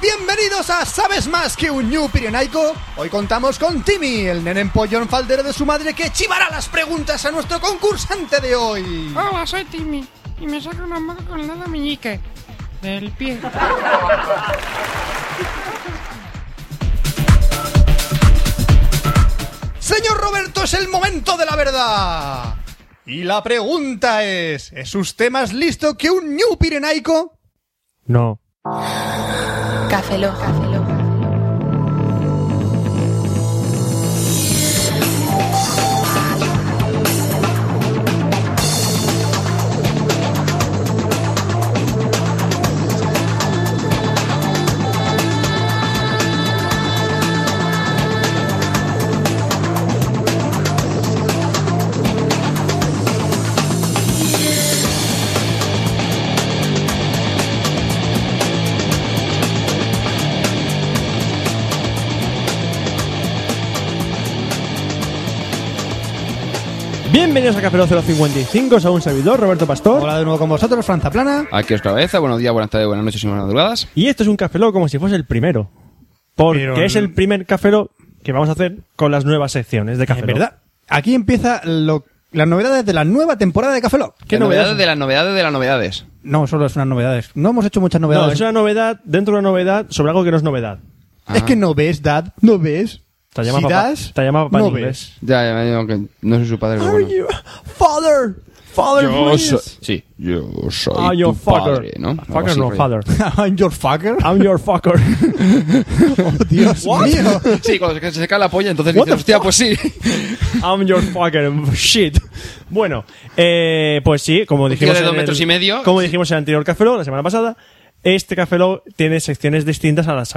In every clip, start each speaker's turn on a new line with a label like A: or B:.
A: Bienvenidos a Sabes Más que un New Pirenaico. Hoy contamos con Timmy, el nene empollón faldero de su madre que chivará las preguntas a nuestro concursante de hoy.
B: Hola, soy Timmy y me saco una moca con el dedo meñique del pie.
A: Señor Roberto, es el momento de la verdad. Y la pregunta es, ¿es usted más listo que un New Pirenaico?
C: No.
D: Café Lock.
C: Bienvenidos a Café Lock 055, soy un servidor, Roberto Pastor.
A: Hola de nuevo con vosotros, Franza Plana.
E: Aquí os cabeza, buenos días, buenas tardes, buenas noches y buenas madrugadas.
C: Y esto es un Café Lock como si fuese el primero. Porque
A: Pero-
C: es el primer Café Lock que vamos a hacer con las nuevas secciones de Café
A: Es
C: Lock.
A: verdad. Aquí empieza lo- las novedades de la nueva temporada de Café Lock.
C: ¿Qué
E: Las novedades
C: novedades?
E: de las novedades de las novedades.
A: No, solo son unas novedades. No hemos hecho muchas
C: No,
A: novedades.
C: es una novedad dentro de una novedad sobre algo que no es novedad.
A: Es que no ves, Dad, no ves.
C: Te llama
A: Si
C: papá-
A: das,
C: te llama papá en
A: no
C: inglés.
A: ves.
E: Ya, ya, ya, aunque no soy su padre. pero
A: Are
E: bueno.
A: you- Father, father,
E: Yo
A: please.
E: soy, sí, yo soy
C: Ah,
E: tu
C: your fucker.
E: padre, ¿no? Algo
C: Fucker
E: así,
C: no,
E: rollo.
C: father.
A: I'm your fucker.
C: I'm your fucker.
A: Oh, Dios mío.
E: Sí, cuando se, se cae la polla, entonces
C: What
E: dices,
C: the
E: hostia, pues sí.
C: I'm your fucker. Shit. Bueno, eh, pues sí, como
E: tío
C: dijimos.
E: de
C: en
E: dos
C: el-
E: metros y medio.
C: Como dijimos en el anterior Café Lock, la semana pasada, este Café Lock tiene secciones distintas a las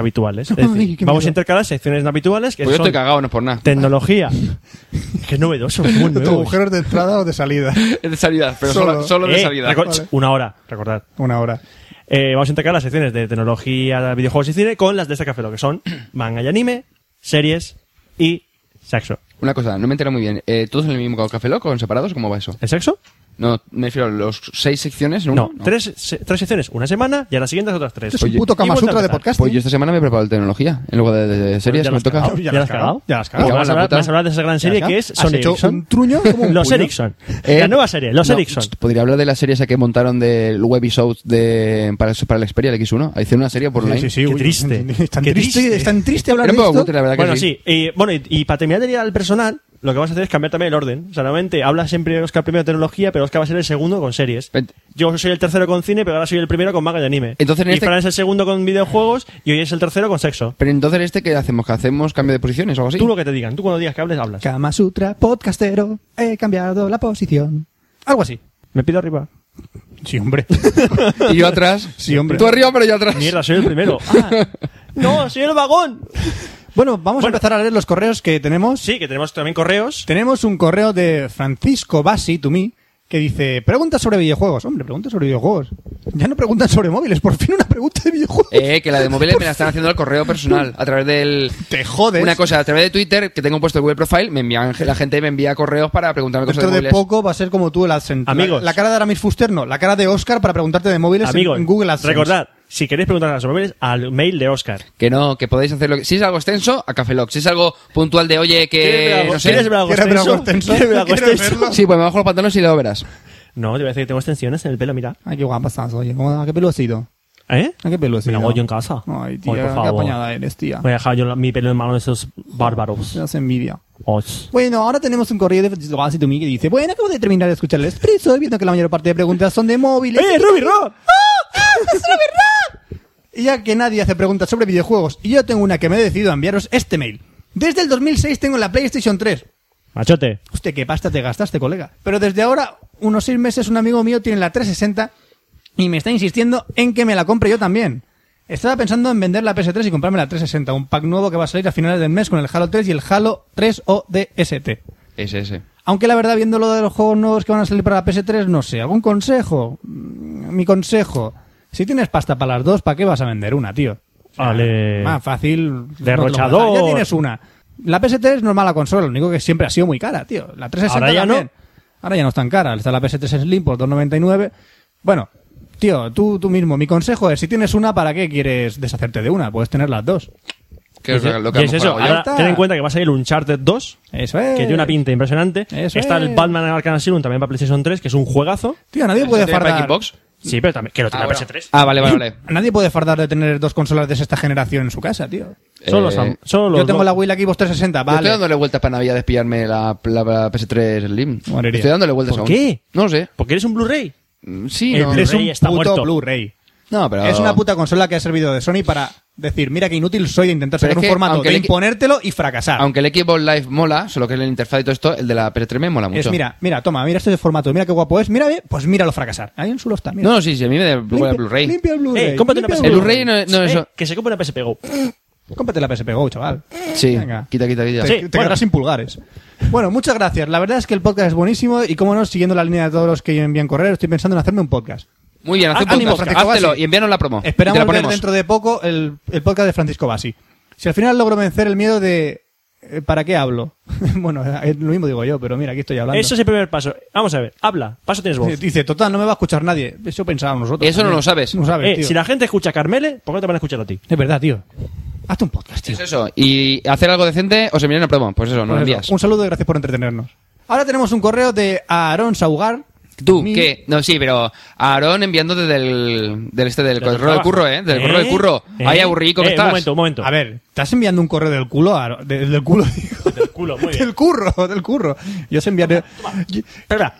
C: habituales. Es decir,
A: Ay, qué
C: vamos
A: miedo.
C: a intercalar secciones no habituales que
E: Pues yo
C: son
E: estoy cagado, no es por nada.
C: tecnología. que es novedoso, es muy
A: Tus
C: nuevo.
A: agujeros de entrada o de salida.
E: Es de salida, pero solo,
A: Solo.
E: solo de
C: Eh,
E: salida.
C: reco- Una hora, recordad.
A: Una hora.
C: Eh, vamos a intercalar las secciones de tecnología, videojuegos y cine con las de este Café Lock, que son manga y anime, series y sexo.
E: Una cosa, no me entero muy bien. Eh, ¿Todos en el mismo café loco, en separados? ¿Cómo va eso?
C: ¿El sexo?
E: No, me refiero a los seis secciones en uno.
C: No, Tres, se- tres secciones, una semana y a las siguientes otras tres.
A: Es un
E: Oye,
A: puto Kama
C: y vuelta a
A: Sutra de
C: empezar.
A: podcast.
E: Pues yo esta semana me he preparado de tecnología. En lugar de, de- de series,
C: Ya lo
E: me
C: has
E: toca.
C: cagado, Ya la has cagado.
A: Ya la has cagado.
C: Vamos a
E: Cago en la
C: hablar,
E: puta.
C: vamos a hablar de esa gran serie
A: Ya
C: que
A: está.
C: es
A: Has
C: Sony
A: hecho
C: Ericsson.
A: un truño como un
C: los
A: puño.
C: Ericsson.
E: Eh,
C: la nueva serie, los
E: no,
C: Ericsson.
E: ch, Podría hablar de la serie esa que montaron del webisode de, para, para el Xperia, el X1. Hicieron una serie por online.
C: Qué
A: uy,
C: triste.
A: Es tan,
C: Qué
A: triste,
C: triste.
A: es tan triste
E: Era
A: hablar
E: un
A: de
E: poco
A: esto.
E: cutre, la verdad
C: Bueno,
E: que sí.
C: sí. Y, bueno, y, y para terminar de ir al personal, lo que vamos a hacer es cambiar también el orden. O sea, normalmente habla siempre Oscar primero de tecnología, pero Oscar va a ser el segundo con series.
E: Vente.
C: Yo soy el tercero con cine, pero ahora soy el primero con manga y anime.
E: Entonces, en
C: y
E: este-
C: Fran es el segundo con videojuegos y hoy es el tercero con sexo.
E: Pero entonces, ¿este qué hacemos? ¿Que hacemos cambio de posiciones o algo así?
C: Tú lo que te digan, tú cuando digas que hables, hablas.
A: Kama Sutra, podcastero, he cambiado la posición.
C: Algo así. Me pido arriba.
A: Sí, hombre.
E: Y yo atrás.
A: Sí, hombre.
E: Tú arriba, pero yo atrás.
C: Mierda, soy el primero. Ah, no, soy el vagón.
A: bueno, vamos
C: Bueno.
A: a empezar a leer los correos que tenemos.
C: Sí, que tenemos también correos.
A: Tenemos un correo de Francisco Basi, to me, que dice, preguntas sobre videojuegos. Hombre, preguntas sobre videojuegos. Ya no preguntan sobre móviles, por fin una pregunta de videojuegos.
E: Eh, que la de móviles me la están haciendo al correo personal. A través del.
A: Te jodes.
E: Una cosa, a través de Twitter, que tengo puesto el Google Profile, me envían, la gente me envía correos para preguntarme cosas
A: Dentro
E: de
A: de
E: móviles.
A: poco va a ser como tú el AdSense.
C: Amigos.
A: La, la cara de Aramis Fuster no, la cara de Oscar para preguntarte de móviles en-
C: Amigos,
A: en Google AdSense.
C: recordad, si queréis preguntar a los móviles, al mail de Oscar.
E: Que no, que podéis hacerlo. Si es algo extenso, a Café Lock. Si es algo puntual de, oye, que. No sé.
C: ¿Quieres ver algo
A: ¿Quieres ver algo extenso?
C: extenso? ¿Quieres ver algo
A: ¿Quieres
C: extenso?
A: verlo?
E: Sí, pues me bajo los pantalones y lo verás.
C: No, te voy a decir que tengo extensiones en el pelo, mira.
A: Ay, qué guapa estás, oye. ¿Cómo- ¿A qué pelo has ido?
C: ¿Eh?
A: ¿A qué pelo has
C: Me
A: ido?
C: la hago yo en casa.
A: Ay, tía,
C: Ay, por
A: qué
C: favor.
A: apañada eres, tía.
C: Voy a dejar yo la- mi pelo en manos de esos bárbaros.
A: Me das envidia.
C: Os.
A: Bueno, ahora tenemos un correo de Francisco Basi, to me, que dice, bueno, acabo de terminar de escuchar el expreso, viendo que la mayor parte de preguntas son de móviles. ¡Ah!
C: ¡Eh, Ruby Rock!
A: Y ya que nadie hace preguntas sobre videojuegos y yo tengo una que me he decidido a enviaros este mail. Desde el 2006 tengo la PlayStation 3.
C: Machote.
A: Hostia, qué pasta te gastaste, colega. Pero desde ahora, unos seis meses, un amigo mío tiene la 360 y me está insistiendo en que me la compre yo también. Estaba pensando en vender la PS3 y comprarme la 360, un pack nuevo que va a salir a finales del mes con el Halo 3 y el Halo 3 ODST.
E: Ese, ese.
A: Aunque la verdad, viendo lo de los juegos nuevos que van a salir para la PS3, no sé. ¿Algún consejo? Mm, Mi consejo. Si tienes pasta para las dos, ¿para qué vas a vender una, tío? O sea,
C: Vale.
A: Más fácil. no
C: Derrochador.
A: te lo puedes- ya tienes una. La PS3 es normal la consola, lo único que siempre ha sido muy cara, tío. La 360
C: Ahora ya
A: también.
C: no.
A: Ahora ya no es tan cara. Está la PS3 Slim por 2.99. Bueno, Tío, tú, tú mismo, mi consejo es, si tienes una, ¿para qué quieres deshacerte de una? Puedes tener las dos.
E: Que es
C: Y es-
E: lo que a
C: Pues y es
E: lo mejor
C: eso.
E: hago
A: ya
C: Ahora,
A: está.
C: ten en cuenta que va a salir Uncharted 2,
A: Eso
C: que
A: es.
C: tiene una pinta impresionante.
A: Eso
C: Está
A: es.
C: el Batman Arkham Asylum también para PlayStation 3, que es un juegazo.
A: Tío, nadie
E: ¿Eso
A: puede
E: tiene para
A: fardar...
E: Xbox?
C: Sí, pero también que lo tiene
E: Ah,
C: para
E: bueno.
C: PS3.
E: Ah, vale, vale, vale.
A: Nadie puede fardar de tener dos consolas de esta generación en su casa, tío.
C: Solo
E: Eh,
C: los am- solo
A: Yo
C: los
A: tengo
C: dos.
A: la Wii, la Xbox 360,
E: Yo Estoy
A: vale.
E: dándole vueltas para Navidad pillarme la, la- la PS3 Slim.
A: Moriría.
E: Estoy dándole vueltas
C: ¿Por
E: aún.
C: qué?
E: No lo sé.
C: Porque eres un Blu-ray.
E: Mm, Sí,
C: El
E: no.
C: Blu-ray
A: Es un
C: está
A: puto
C: muerto.
A: Blu-ray.
E: No, pero...
A: Es una puta consola que ha servido de Sony para decir, mira qué inútil soy de intentar
E: Pero
A: sacar
E: es
A: un
E: que,
A: formato,
E: aunque
A: de
E: le-
A: imponértelo y fracasar.
E: Aunque el Xbox Live mola, solo que el interfaz y todo esto, el de la PS3 me mola mucho.
A: Es, mira, mira, toma, mira este es el formato, mira qué guapo es, mira, ve, pues míralo fracasar. Ahí en su está, mira.
E: No, no, sí, sí, a mí me da igual el Blu-ray.
A: Limpia el Blu-ray.
C: Eh, cómprate una
A: limpia
C: PSP.
E: El Blu-ray no- no es-
C: Eh, que se compre una PSP Go.
A: Cómprate la PSP Go, chaval.
E: Sí,
A: Venga.
E: quita, quita, quita.
A: Te,
C: Sí,
A: te
C: bueno.
A: quedarás sin pulgares. Bueno, muchas gracias. La verdad es que el podcast es buenísimo y, como no, siguiendo la línea de todos los que envían correos, estoy pensando en hacerme un podcast.
E: Muy bien, haz un
A: Ah, ánimo,
E: podcast,
A: Francisco
E: háztelo
A: Bassi.
E: y envíanos la promo. y te la
A: Esperamos ver
E: ponemos.
A: dentro de poco el, el podcast de Francisco Basi. Si al final logro vencer el miedo de... eh, ¿Para qué hablo? bueno, eh, lo mismo digo yo, pero mira, aquí estoy hablando.
C: Eso es el primer paso. Vamos a ver, habla. Paso tienes voz.
A: Dice, total, no me va a escuchar nadie. Eso pensábamos nosotros.
E: Eso no lo sabes.
A: No sabes,
C: Eh,
A: tío.
C: si la gente escucha a Carmele, ¿por qué no te van a escuchar a ti?
A: Es verdad, tío. Hazte un podcast, tío.
E: Es Pues eso, y hacer algo decente os enviaré una promo. Pues eso, nos
A: Pues
E: lo
A: eso,
E: envías.
A: Un saludo y gracias por entretenernos. Ahora tenemos un correo de Aarón Saugar.
E: Tú,
A: Mi-
E: ¿qué? No, sí, pero Aarón enviando desde el, del este, del correo de
C: trabajo.
E: curro, ¿eh? Del correo de curro.
C: ¿Eh?
E: Ay, aburrido que
C: Eh,
E: estás.
C: Un momento, un momento.
A: A ver, ¿estás enviando un correo del culo? Aarón? De- del culo, digo.
C: Del culo, muy bien.
A: Del curro, del curro. Yo sé enviar...
C: Espera.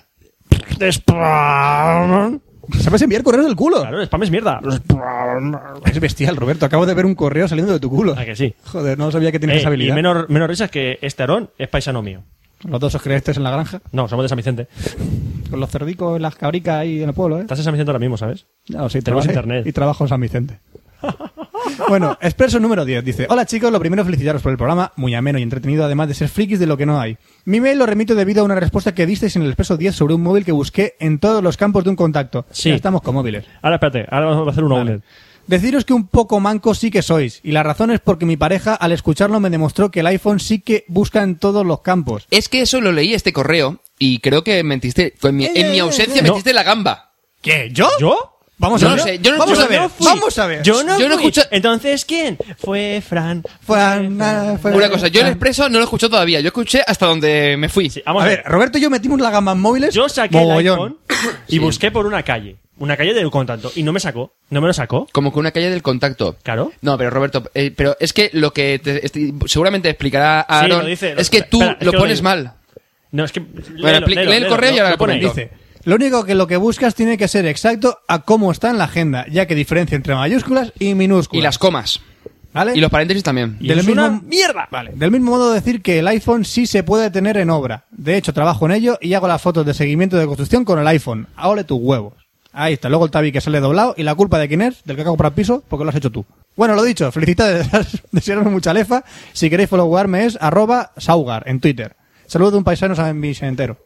C: Spam.
A: ¿Sabes enviar correos del culo?
C: Claro, el spam es mierda. Los-
A: Es bestial, Roberto. Acabo de ver un correo saliendo de tu culo.
C: ¿A Ah, que sí?
A: Joder, no sabía que tienes
C: Eh,
A: esa habilidad.
C: y menos, menos risas que este Aarón es paisano mío.
A: Los dos os creéis en la granja,
C: No, somos de San Vicente.
A: con los cerdicos, las cabricas ahí en el pueblo, ¿eh?
C: Estás en San Vicente ahora mismo, ¿sabes?
A: No, sí,
C: Tenemos
A: traba-
C: internet.
A: Y trabajo en San Vicente. bueno, expreso número 10 dice: Hola chicos, lo primero felicitaros por el programa, muy ameno y entretenido, además de ser frikis de lo que no hay. Mi mail lo remito debido a una respuesta que disteis en el expreso 10 sobre un móvil que busqué en todos los campos de un contacto.
C: Sí.
A: Ya estamos con móviles.
C: Ahora espérate, ahora vamos a hacer uno a uno.
A: Deciros que un poco manco sí que sois, y la razón es porque mi pareja, al escucharlo, me demostró que el iPhone sí que busca en todos los campos.
E: Es que eso lo leí, este correo, y creo que mentiste. con mi-
A: Eh,
E: en
A: eh,
E: mi
A: eh,
E: ausencia
A: eh.
E: metiste la gamba.
A: ¿Qué? ¿Yo?
C: ¿Yo?
A: Vamos
E: Yo
A: a
E: no
A: ver.
E: sé, yo no-
A: vamos
E: yo
A: a ver.
E: no
C: fui.
A: vamos a ver.
C: Yo no,
E: Yo no
C: fui.
E: escucho-
C: Entonces, ¿quién? Fue Fran.
A: Fue a- na- fue-
E: Una cosa, yo el expreso no lo escucho todavía, yo escuché hasta donde me fui.
C: Sí, vamos
A: a ver, Roberto y yo metimos la gama en móviles.
C: Yo saqué
A: mogollón.
C: el iPhone y busqué por una calle. Una calle de contacto. Y no me sacó. No me lo sacó.
E: Como que una calle del contacto.
C: Claro.
E: No, pero Roberto, eh, pero es que lo que te- este- seguramente explicará a
C: Sí, lo
E: Aaron
C: dice, lo-
E: es que tú
C: espera, es
E: lo
C: que lo
E: pones
C: digo.
E: mal.
C: No, es que.
E: pli- lee el correo y ahora lo
C: pone.
E: comento.
A: Dice, lo único que lo que buscas tiene que ser exacto a cómo está en la agenda, ya que diferencia entre mayúsculas y minúsculas.
E: Y las comas.
A: ¿Vale?
E: Y los paréntesis también.
C: Y es una mierda.
A: Vale. Del mismo modo decir que el iPhone sí se puede tener en obra. De hecho, trabajo en ello y hago las fotos de seguimiento de construcción con el iPhone. Ahole tus huevos. Ahí está, luego el tabique sale doblado y la culpa de quién es, del que ha comprado el piso, porque lo has hecho tú. Bueno, lo dicho, felicidades, desearme mucha lefa. Si queréis followarme es arroba saugar en Twitter. Saludos de un paisano San Vicentero.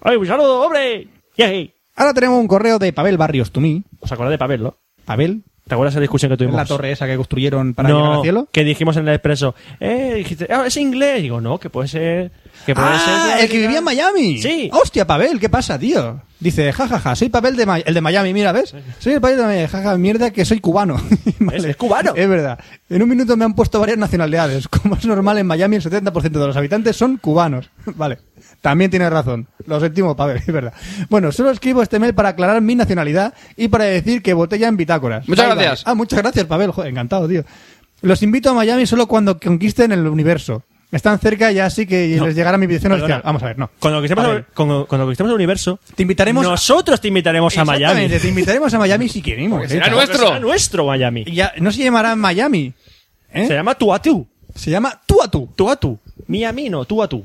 C: ¡Ay, un saludo, hombre! ¡Yay!
A: Ahora tenemos un correo de Pavel Barrios Tumí.
C: ¿Os acordáis de Pavel, no?
A: Pavel,
C: ¿Te acuerdas de la discusión que
A: es
C: tuvimos?
A: la torre esa que construyeron para
C: no,
A: llegar al cielo.
C: que dijimos en el expreso. Eh, dijiste, "Ah, es inglés. Digo, no, que puede ser. Que puede
A: Ah,
C: ser.
A: el que vivía en Miami.
C: Sí.
A: Hostia, Pavel, ¿qué pasa, tío? Dice, jajaja, soy Pavel de Ma- el de Miami, mira, ¿ves? Soy el Pavel de Miami, jaja, mierda, que soy cubano.
C: Es- es cubano.
A: Es verdad. En un minuto me han puesto varias nacionalidades. Como es normal, en Miami el 70% de los habitantes son cubanos. Vale. También tienes razón. Lo sentimos, Pavel, es verdad. Bueno, solo escribo este mail para aclarar mi nacionalidad y para decir que botella en bitácoras.
E: Muchas
A: Bye, bye.
E: gracias.
A: Ah, muchas gracias, Pavel. Joder, encantado, tío. Los invito a Miami solo cuando conquisten el universo. Están cerca ya, así que les llegará mi petición
C: Perdona.
A: oficial. Vamos a ver, no.
C: Cuando conquistemos,
A: A
C: el-
A: ver.
C: cuando, cuando conquistemos el universo,
A: Te invitaremos-
C: Nosotros te invitaremos a Miami.
A: Exactamente, Te invitaremos a Miami si queremos.
E: Porque
A: ¿eh,
E: será
A: chaval?
E: nuestro.
C: Será nuestro Miami.
A: Y ya- no se llamará Miami. ¿eh?
C: Se llama tú a tú.
A: Se llama tú a tú.
C: Tú a tú. Miami no, tú a tú.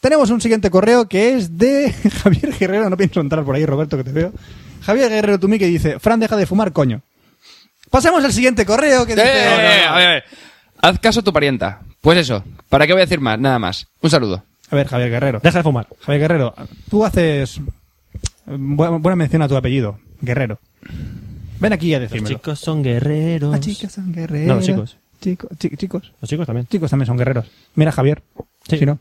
A: Tenemos un siguiente correo que es de Javier Guerrero. No pienso entrar por ahí, Roberto, que te veo. Javier Guerrero Tumí que dice, Fran, deja de fumar, coño. Pasamos al siguiente correo que
E: Eh,
A: dice...
E: eh, a ver, haz caso a tu parienta. Pues eso, ¿para qué voy a decir más? Nada más. Un saludo.
A: A ver, Javier Guerrero.
C: Deja de fumar.
A: Javier Guerrero, tú haces bu- buena mención a tu apellido, Guerrero. Ven aquí a
C: Los
A: decírmelo.
C: chicos son guerreros.
A: Las chicas son guerreros.
C: No, los chicos.
A: Chico- chi- chicos.
C: Los chicos también.
A: Chicos también son guerreros. Mira, Javier.
C: Sí.
A: Si no.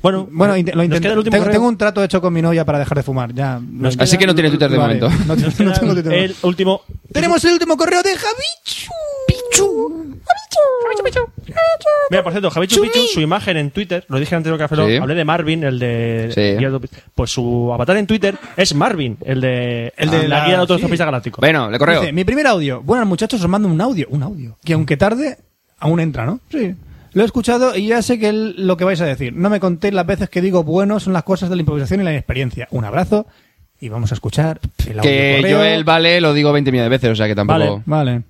C: Bueno,
A: Bueno,
C: eh,
A: inte- lo
C: nos
A: intento.
C: queda el último
A: Tengo,
C: correo.
A: tengo un trato hecho con mi novia para dejar de fumar. Ya.
C: Nos
E: Así que no tiene Twitter de
A: Vale.
E: momento.
A: No,
C: Nos
A: no
C: queda
A: tengo Twitter.
C: El último.
A: Tenemos el último correo de Javichu.
C: Mira, por cierto, Javi Chupichu, su imagen en Twitter, lo dije antes de Café Lock,
E: Sí.
C: hablé de Marvin, el de
E: Sí.
C: Guía de Autopista. Pues su avatar en Twitter es Marvin, el de, el de
A: Ah,
C: la, guía de autopista
A: sí.
C: galáctico.
E: Bueno, le correo.
A: Dice, mi primer audio. Buenas muchachos, os mando un audio. Un audio. Que aunque tarde, aún entra, ¿no? Sí. Lo he escuchado y ya sé que el- lo que vais a decir. No me contéis las veces que digo bueno son las cosas de la improvisación y la inexperiencia. Un abrazo y vamos a escuchar el audio.
E: Que
A: correo.
E: yo el vale lo digo 20 millones de veces, o sea que tampoco.
C: Vale.
A: Vale.
F: Muy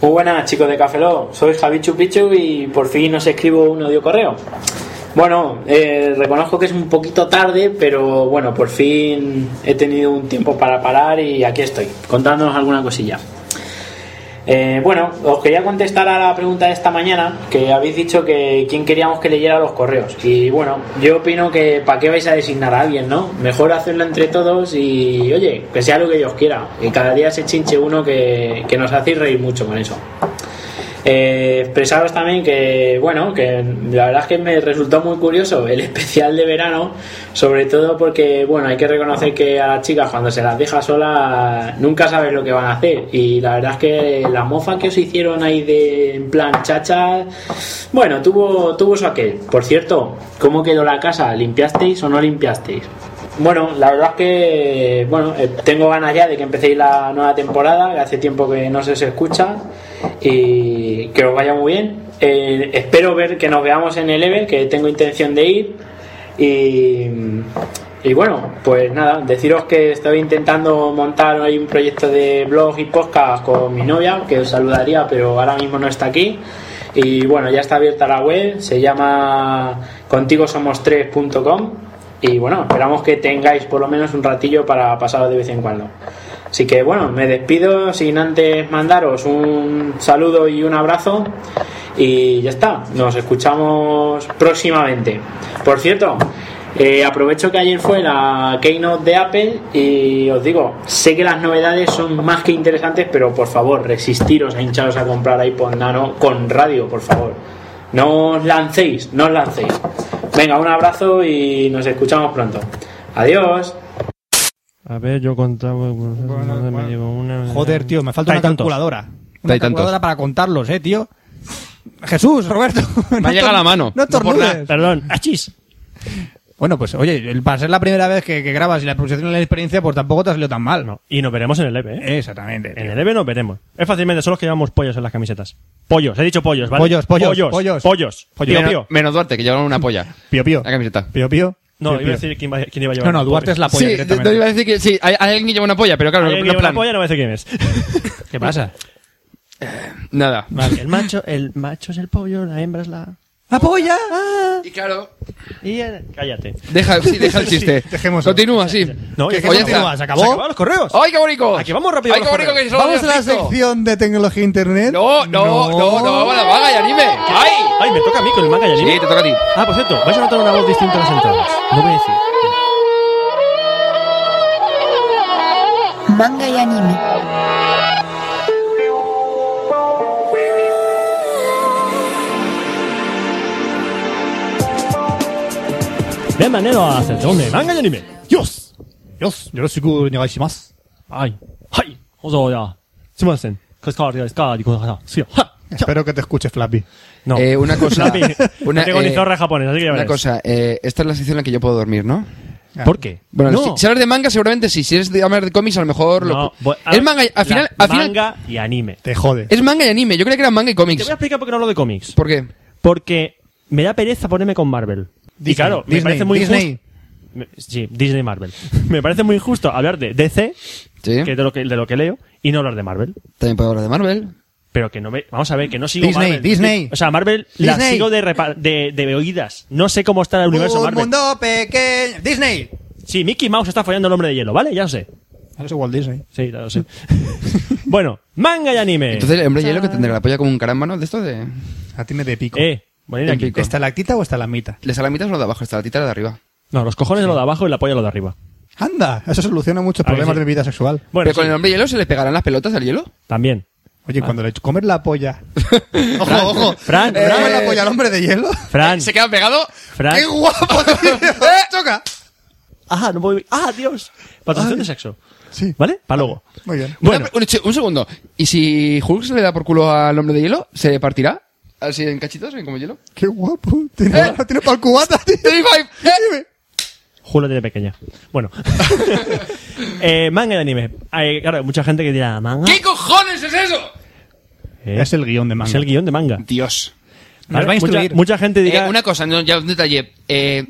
F: Pues buenas chicos de Cafeló, soy Javi Chupichu y por fin os escribo un audio correo. Bueno, eh, reconozco que es un poquito tarde, pero bueno, por fin he tenido un tiempo para parar y aquí estoy, contándonos alguna cosilla. Eh, bueno, os quería contestar a la pregunta de esta mañana, que habéis dicho que quién queríamos que leyera los correos. Y bueno, yo opino que para qué vais a designar a alguien, ¿no? Mejor hacerlo entre todos y, oye, que sea lo que Dios quiera. Y cada día se chinche uno que, que nos hace reír mucho con eso. Eh, expresaros también que, bueno, que la verdad es que me resultó muy curioso el especial de verano, sobre todo porque, bueno, hay que reconocer que a las chicas cuando se las deja solas nunca sabes lo que van a hacer. Y la verdad es que la mofa que os hicieron ahí de, en plan, chacha, bueno, tuvo, tuvo su aquel. Por cierto, ¿cómo quedó la casa? ¿Limpiasteis o no limpiasteis? Bueno, la verdad es que bueno, eh, tengo ganas ya de que empecéis la nueva temporada, que hace tiempo que no se os escucha y que os vaya muy bien. Eh, espero ver que nos veamos en el EVE, que tengo intención de ir y, y bueno, pues nada, deciros que estoy intentando montar hoy un proyecto de blog y podcast con mi novia, que os saludaría, pero ahora mismo no está aquí. Y bueno, ya está abierta la web, se llama contigosomos3.com y bueno, esperamos que tengáis por lo menos un ratillo para pasaros de vez en cuando. Así que bueno, me despido sin antes mandaros un saludo y un abrazo. Y ya está, nos escuchamos próximamente. Por cierto, eh, aprovecho que ayer fue la Keynote de Apple y os digo, sé que las novedades son más que interesantes, pero por favor, resistiros a hincharos a comprar iPod Nano con radio, por favor. No os lancéis, no os lancéis. Venga, un abrazo y nos escuchamos pronto. Adiós.
C: A ver, yo contaba.
A: bueno. me llevo Joder, tío, me falta
C: Hay
A: una
C: tantos.
A: calculadora. Una
E: Hay tantos.
A: calculadora para contarlos, eh, tío. Jesús, Roberto.
E: Me ha
A: no
E: llegado
A: tor-
E: la mano.
A: No
E: No por
A: estornudes.
E: nada.
C: Perdón, achis.
A: bueno, pues oye, el- para ser la primera vez que, que grabas y la producción de la experiencia, pues tampoco te ha salido tan mal.
C: No, y nos veremos en el EVE, ¿eh?
A: Exactamente. tío.
C: En el EVE nos veremos. Es fácilmente, solo los que llevamos pollos en las camisetas. Pollos, he dicho pollos, ¿vale?
A: Pollos, pollos,
C: pollos.
A: pollos.
C: Pollos,
A: Pollos.
C: Pío,
E: Menos,
C: pío.
E: menos Duarte, que llevaron una polla.
A: Pío, pío.
E: La camiseta.
A: Pío, pío.
C: No,
A: Pío,
C: iba a
A: pío.
C: decir quién, va- quién iba a llevar.
A: No, no, Duarte es la polla
E: Sí, de-
A: directamente.
E: de- iba a decir que sí, hay, hay alguien que lleva una polla, pero claro,
C: Alguien
E: no,
C: que lleva
E: plan.
C: una polla no voy a decir quién es.
A: ¿Qué pasa?
E: Nada.
C: el macho, el macho es el pollo, la hembra es la.
A: ¡La polla!
E: Y claro,
C: Y el- Cállate.
E: deja, sí, deja el chiste.
A: dejemos-
E: Continúa, sí.
C: No,
A: ¿Qué, ¿Oh?
C: ya
A: qué
E: Oye,
A: continúa?
E: está.
A: ¿Se acabó?
C: Se acabaron los correos.
E: ¡Ay, qué bonito!
C: Aquí vamos rápido
E: ¡Ay,
C: con
E: qué
C: los
E: bonito
C: correos.
E: que se lo
A: Vamos a
E: había
A: la
E: visto.
A: sección de tecnología e internet.
E: No, no, no, no, no, la vaga y anime. ¡Ay!
C: Ay, me toca a mí con el manga y
E: Sí,
C: anime.
E: te toca a ti.
C: Ah, por cierto, vais a notar una voz distinta a las entradas. No voy a decir.
D: Manga y anime.
C: Bienvenido a la sección de manga y anime. ¡Dios! ¡Dios!
A: よろしくお願いします。
C: ¡Ay! ¡Ay! ¡Oso ya! ¡Simasen! ¡Cascadia, escadia, cojaja! ¡Sí! ¡Ja!
A: Espero que te escuche, Flappy.
C: No.
E: Eh, una cosa.
C: Flappy,
E: una,
C: no tengo ni
E: eh,
C: zorra japonés, así que ya
E: Una
C: verás.
E: cosa, eh, esta es la sección en la que yo puedo dormir, ¿no?
C: ¿Por qué?
E: Bueno,
C: no.
E: si, si hablas de manga, seguramente sí. Si eres de hablar de cómics, a lo mejor. lo-
C: No, voy- a-
E: es manga, y- al
C: la-
E: final, al final-
C: Manga y anime.
A: Te jode.
E: Es manga y anime. Yo creía que era manga y
C: Te
E: cómics.
C: voy a explicar por qué no hablo de cómics.
E: ¿Por qué?
C: Porque me da pereza ponerme con Marvel. y
A: Disney,
C: claro, me
A: Disney,
C: parece muy
A: Disney.
C: injusto. Me- Sí, Disney Marvel. me parece muy injusto hablar de DC,
E: Sí.
C: que es de lo que, de lo que leo, y no hablar de Marvel.
E: También puedo hablar de Marvel.
C: Pero que no me. Vamos a ver, que no sigo
A: Disney,
C: Marvel.
A: Disney.
C: O sea, Marvel la
A: Disney.
C: sigo de, repa- de, de oídas. No sé cómo está el universo
A: Un
C: Marvel.
A: Oh, mundo pequeño. Disney.
C: Sí, Mickey Mouse está follando el hombre de hielo, ¿vale? Ya lo sé.
A: Ah, Es igual Disney.
C: Sí, ya lo sé. bueno, manga y anime.
E: Entonces, el hombre de
C: Ah.
E: hielo que tendrá la polla como un carámbano de esto de.
A: A ti me de pico.
C: eh, bueno, ir
E: En
C: aquí.
E: pico.
A: ¿Estalactita o estalagmita?
E: ¿Les a la mitad o lo de abajo? Está la tita la de arriba.
C: No, los cojones lo de abajo y la polla lo de arriba.
A: Anda, eso soluciona muchos
C: A ver,
A: problemas
C: sí.
A: de mi vida sexual.
C: Bueno,
E: ¿Pero con
C: sí,
E: el hombre de hielo se le pegarán las pelotas al hielo?
C: también.
A: Oye, cuando le comes la polla. ojo, ojo.
C: Fran,
A: ¿Le
C: Fran.
A: comes la polla al hombre de hielo?
E: Eh,
C: Fran.
G: ¿Se queda pegado?
C: Fran.
A: eh, ¡Qué guapo, tío! ¡Choca!
C: Ah, no puedo. Ah, Dios. Patrocinación de sexo.
A: Sí.
C: ¿Vale? Para luego.
A: Muy bien.
C: Bueno,
E: Una pre- un, che- un segundo. ¿Y si Hulk se le da por culo al hombre de hielo, se partirá? ¿Así en cachitos, bien como hielo?
A: ¡Qué guapo! Tiene, lo tiene para el cubata, tío.
C: Julio tiene pequeña. Bueno. eh, manga de anime. Hay, claro, mucha gente que dirá, ¿manga?
E: Ah.
G: ¿Qué cojones es eso?
C: Eh,
A: Es el guión de manga.
C: es el guión de manga.
E: Dios.
A: Nos va a
C: mucha,
A: instruir.
C: mucha gente dirá...
E: Eh, una cosa, no, ya un detalle. Eh,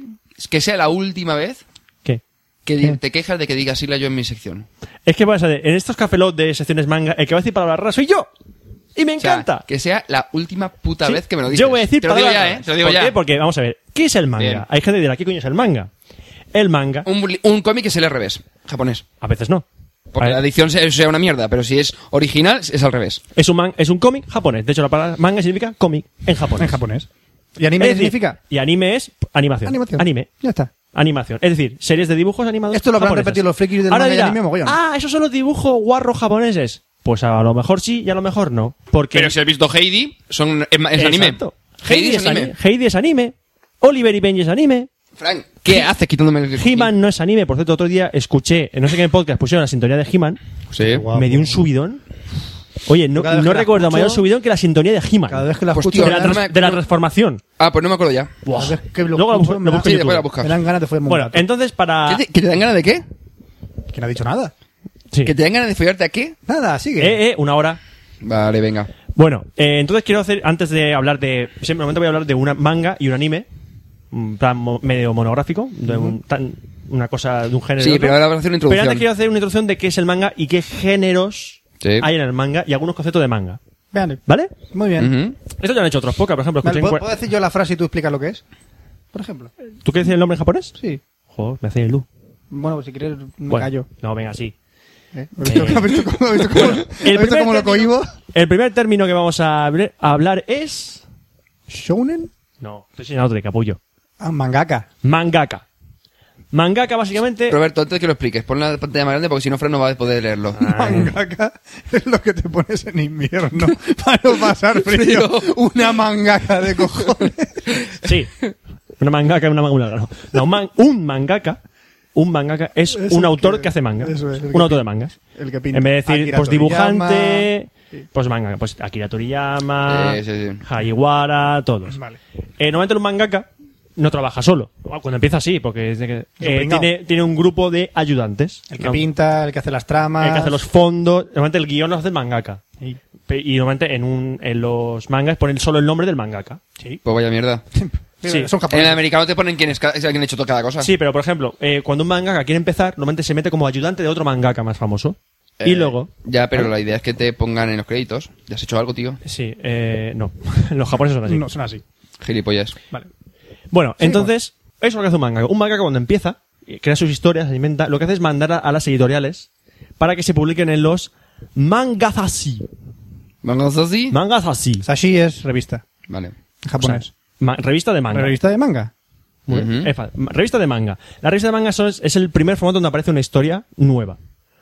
E: que sea la última vez
C: ¿Qué?
E: que di- te quejas de que diga sigla yo en mi sección.
C: Es que pasa, de- en estos cafelot de secciones manga, el que va a decir palabras raras soy yo. Y me
E: O sea,
C: encanta.
E: que sea la última puta
C: Sí,
E: vez que me lo digas.
C: Yo voy a decir
E: Te lo digo
C: palabras
E: ya, ¿eh?
C: raras.
E: Te lo digo
C: ¿Por
E: ya.
C: qué? Porque, vamos a ver, ¿qué es el manga?
E: Bien.
C: Hay gente que dirá, ¿qué coño es el manga? El manga,
E: Un, buli- un cómic que se lee al revés, japonés.
C: a veces no.
E: Porque
C: A
E: la
C: ver,
E: edición se- sea una mierda, pero si es original, es al revés.
C: es un, man- es un cómic japonés. De hecho, la palabra manga significa cómic en japonés.
A: En japonés. ¿Y anime
C: Es decir,
A: significa?
C: Y anime es animación.
A: Animación.
C: Anime.
A: Ya está.
C: Animación. Es decir, series de dibujos animados.
A: Esto lo habrán
C: japonesas.
A: repetido los frikis del
C: Ahora
A: manga y
C: dirá,
A: anime mogollón.
C: Ah, esos son los dibujos guarros japoneses. Pues a lo mejor sí y a lo mejor no. Porque
E: Pero si has visto Heidi, son, es, ma- es anime.
C: Exacto.
E: Heidi es anime.
C: Heidi es anime. Oliver y Benji es anime.
E: Frank, ¿qué haces quitándome el...
C: He-Man no es anime. Por cierto, otro día escuché, en no sé qué podcast pusieron la sintonía de He-Man.
E: Sí.
C: Me dio un subidón. Oye, no,
A: Ah, Cada vez
C: no
A: que la
C: recuerdo
A: escucho-
C: mayor subidón que la sintonía de He-Man.
A: Cada vez que la
E: Pues,
A: escucho,
E: tío,
C: De
A: me
C: la,
A: dan-
E: ahora
C: trans- de la transformación.
E: Ah, pues no me acuerdo ya.
A: Buah.
C: Cada vez que lo
A: Luego la
C: escucho,
A: busco-
C: me
A: me
C: busco en
E: Sí,
C: YouTube.
E: después la buscas.
A: me dan ganas de follarme un
C: Bueno,
A: gato.
C: entonces para...
E: ¿Qué te- ¿Que te dan ganas de qué?
A: ¿Quién ha dicho nada?
C: Sí.
E: ¿Que te dan ganas de follarte a qué?
A: Nada, sigue.
C: Eh, eh, una hora.
E: Vale, venga.
C: Bueno, eh, entonces quiero hacer, antes de hablar de. Simplemente voy a hablar de una manga y un anime. Un plan mo- medio monográfico. De un, tan- una cosa de un género.
E: Sí,
C: y otro.
E: pero ahora vamos a hacer una
C: Pero antes
E: introducción.
C: quiero hacer una introducción de qué es el manga y qué géneros
E: Sí.
C: hay en el manga y algunos conceptos de manga.
A: Vean.
C: ¿Vale?
A: Muy bien.
E: Ujú.
C: Esto ya lo han hecho otros pocas, por ejemplo.
A: Vale, pues,
C: escuché en
A: ¿puedo,
C: cua-
A: puedo decir yo la frase y tú explicas lo que es? Por ejemplo.
C: ¿Tú quieres decir el nombre en japonés?
A: Sí.
C: Joder, me hacéis luz.
A: Bueno, si quieres, me
C: Bueno,
A: callo.
C: No, venga, sí.
A: ¿eh? ¿Has visto- has visto cómo- has visto cómo-
C: El
A: has visto
C: primer
A: cómo lo
C: término-
A: cohibo?
C: El primer término que vamos a, habl- a hablar es.
A: ¿Shounen?
C: No, estoy señalando de capullo.
A: Ah, mangaka.
C: Mangaka. Mangaka, básicamente.
E: Roberto, antes que lo expliques, pon la pantalla más grande porque si no, Fran no va a poder leerlo.
C: Ah.
A: Mangaka es lo que te pones en invierno para no pasar frío. Una mangaka de cojones.
C: Sí. Una mangaka, una manga, una no. No, un, man- un mangaka, un mangaka es
A: Eso
C: un
A: es
C: autor
A: que-
C: que hace manga.
A: eso es, el
C: un
A: que-
C: autor de mangas.
A: el que pinta.
C: En vez de decir,
A: Akira
C: pues
A: Toriyama.
C: dibujante, pues manga, pues Akira Toriyama,
E: Sí, sí, sí.
C: Haiwara, todos.
A: Vale.
C: Eh, normalmente un mangaka no trabaja solo. Bueno, Cuando empieza así, porque es de que- eh,
A: pringao.
C: tiene, tiene un grupo de ayudantes.
A: El que
C: No,
A: pinta, el que hace las tramas.
C: el que hace los fondos. Normalmente el guión lo hace el mangaka.
A: Sí.
C: Pe- Y normalmente en, un, en los mangas ponen solo el nombre del mangaka. Sí.
E: Pues vaya mierda.
A: Mira,
C: sí.
A: Son
E: En el
A: japoneses.
E: americano te ponen quién, es cada, quién ha hecho toda cada
A: Ah.
E: cosa.
C: Sí, pero por ejemplo, eh, cuando un mangaka quiere empezar, normalmente se mete como ayudante de otro mangaka más famoso. y
E: Eh,
C: luego.
E: Ya, pero la idea es que te pongan en los créditos. ¿Ya has hecho algo, tío?
C: Sí, eh, no. Los japoneses son así.
A: No, son así.
E: Gilipollas.
C: Bueno, entonces, eso es lo que hace un mangaka. Un mangaka cuando empieza, eh, crea sus historias, se inventa, lo que hace es mandar a, a las editoriales para que se publiquen en los mangazashi.
E: ¿Mangas así?
C: Mangazashi.
A: Sashi es revista.
E: Vale.
A: En japonés.
C: O sea, ma- revista de manga.
A: revista de manga.
C: Muy bien. Es fa- ma- Revista de manga. La revista de manga son- es el primer formato donde aparece una historia nueva.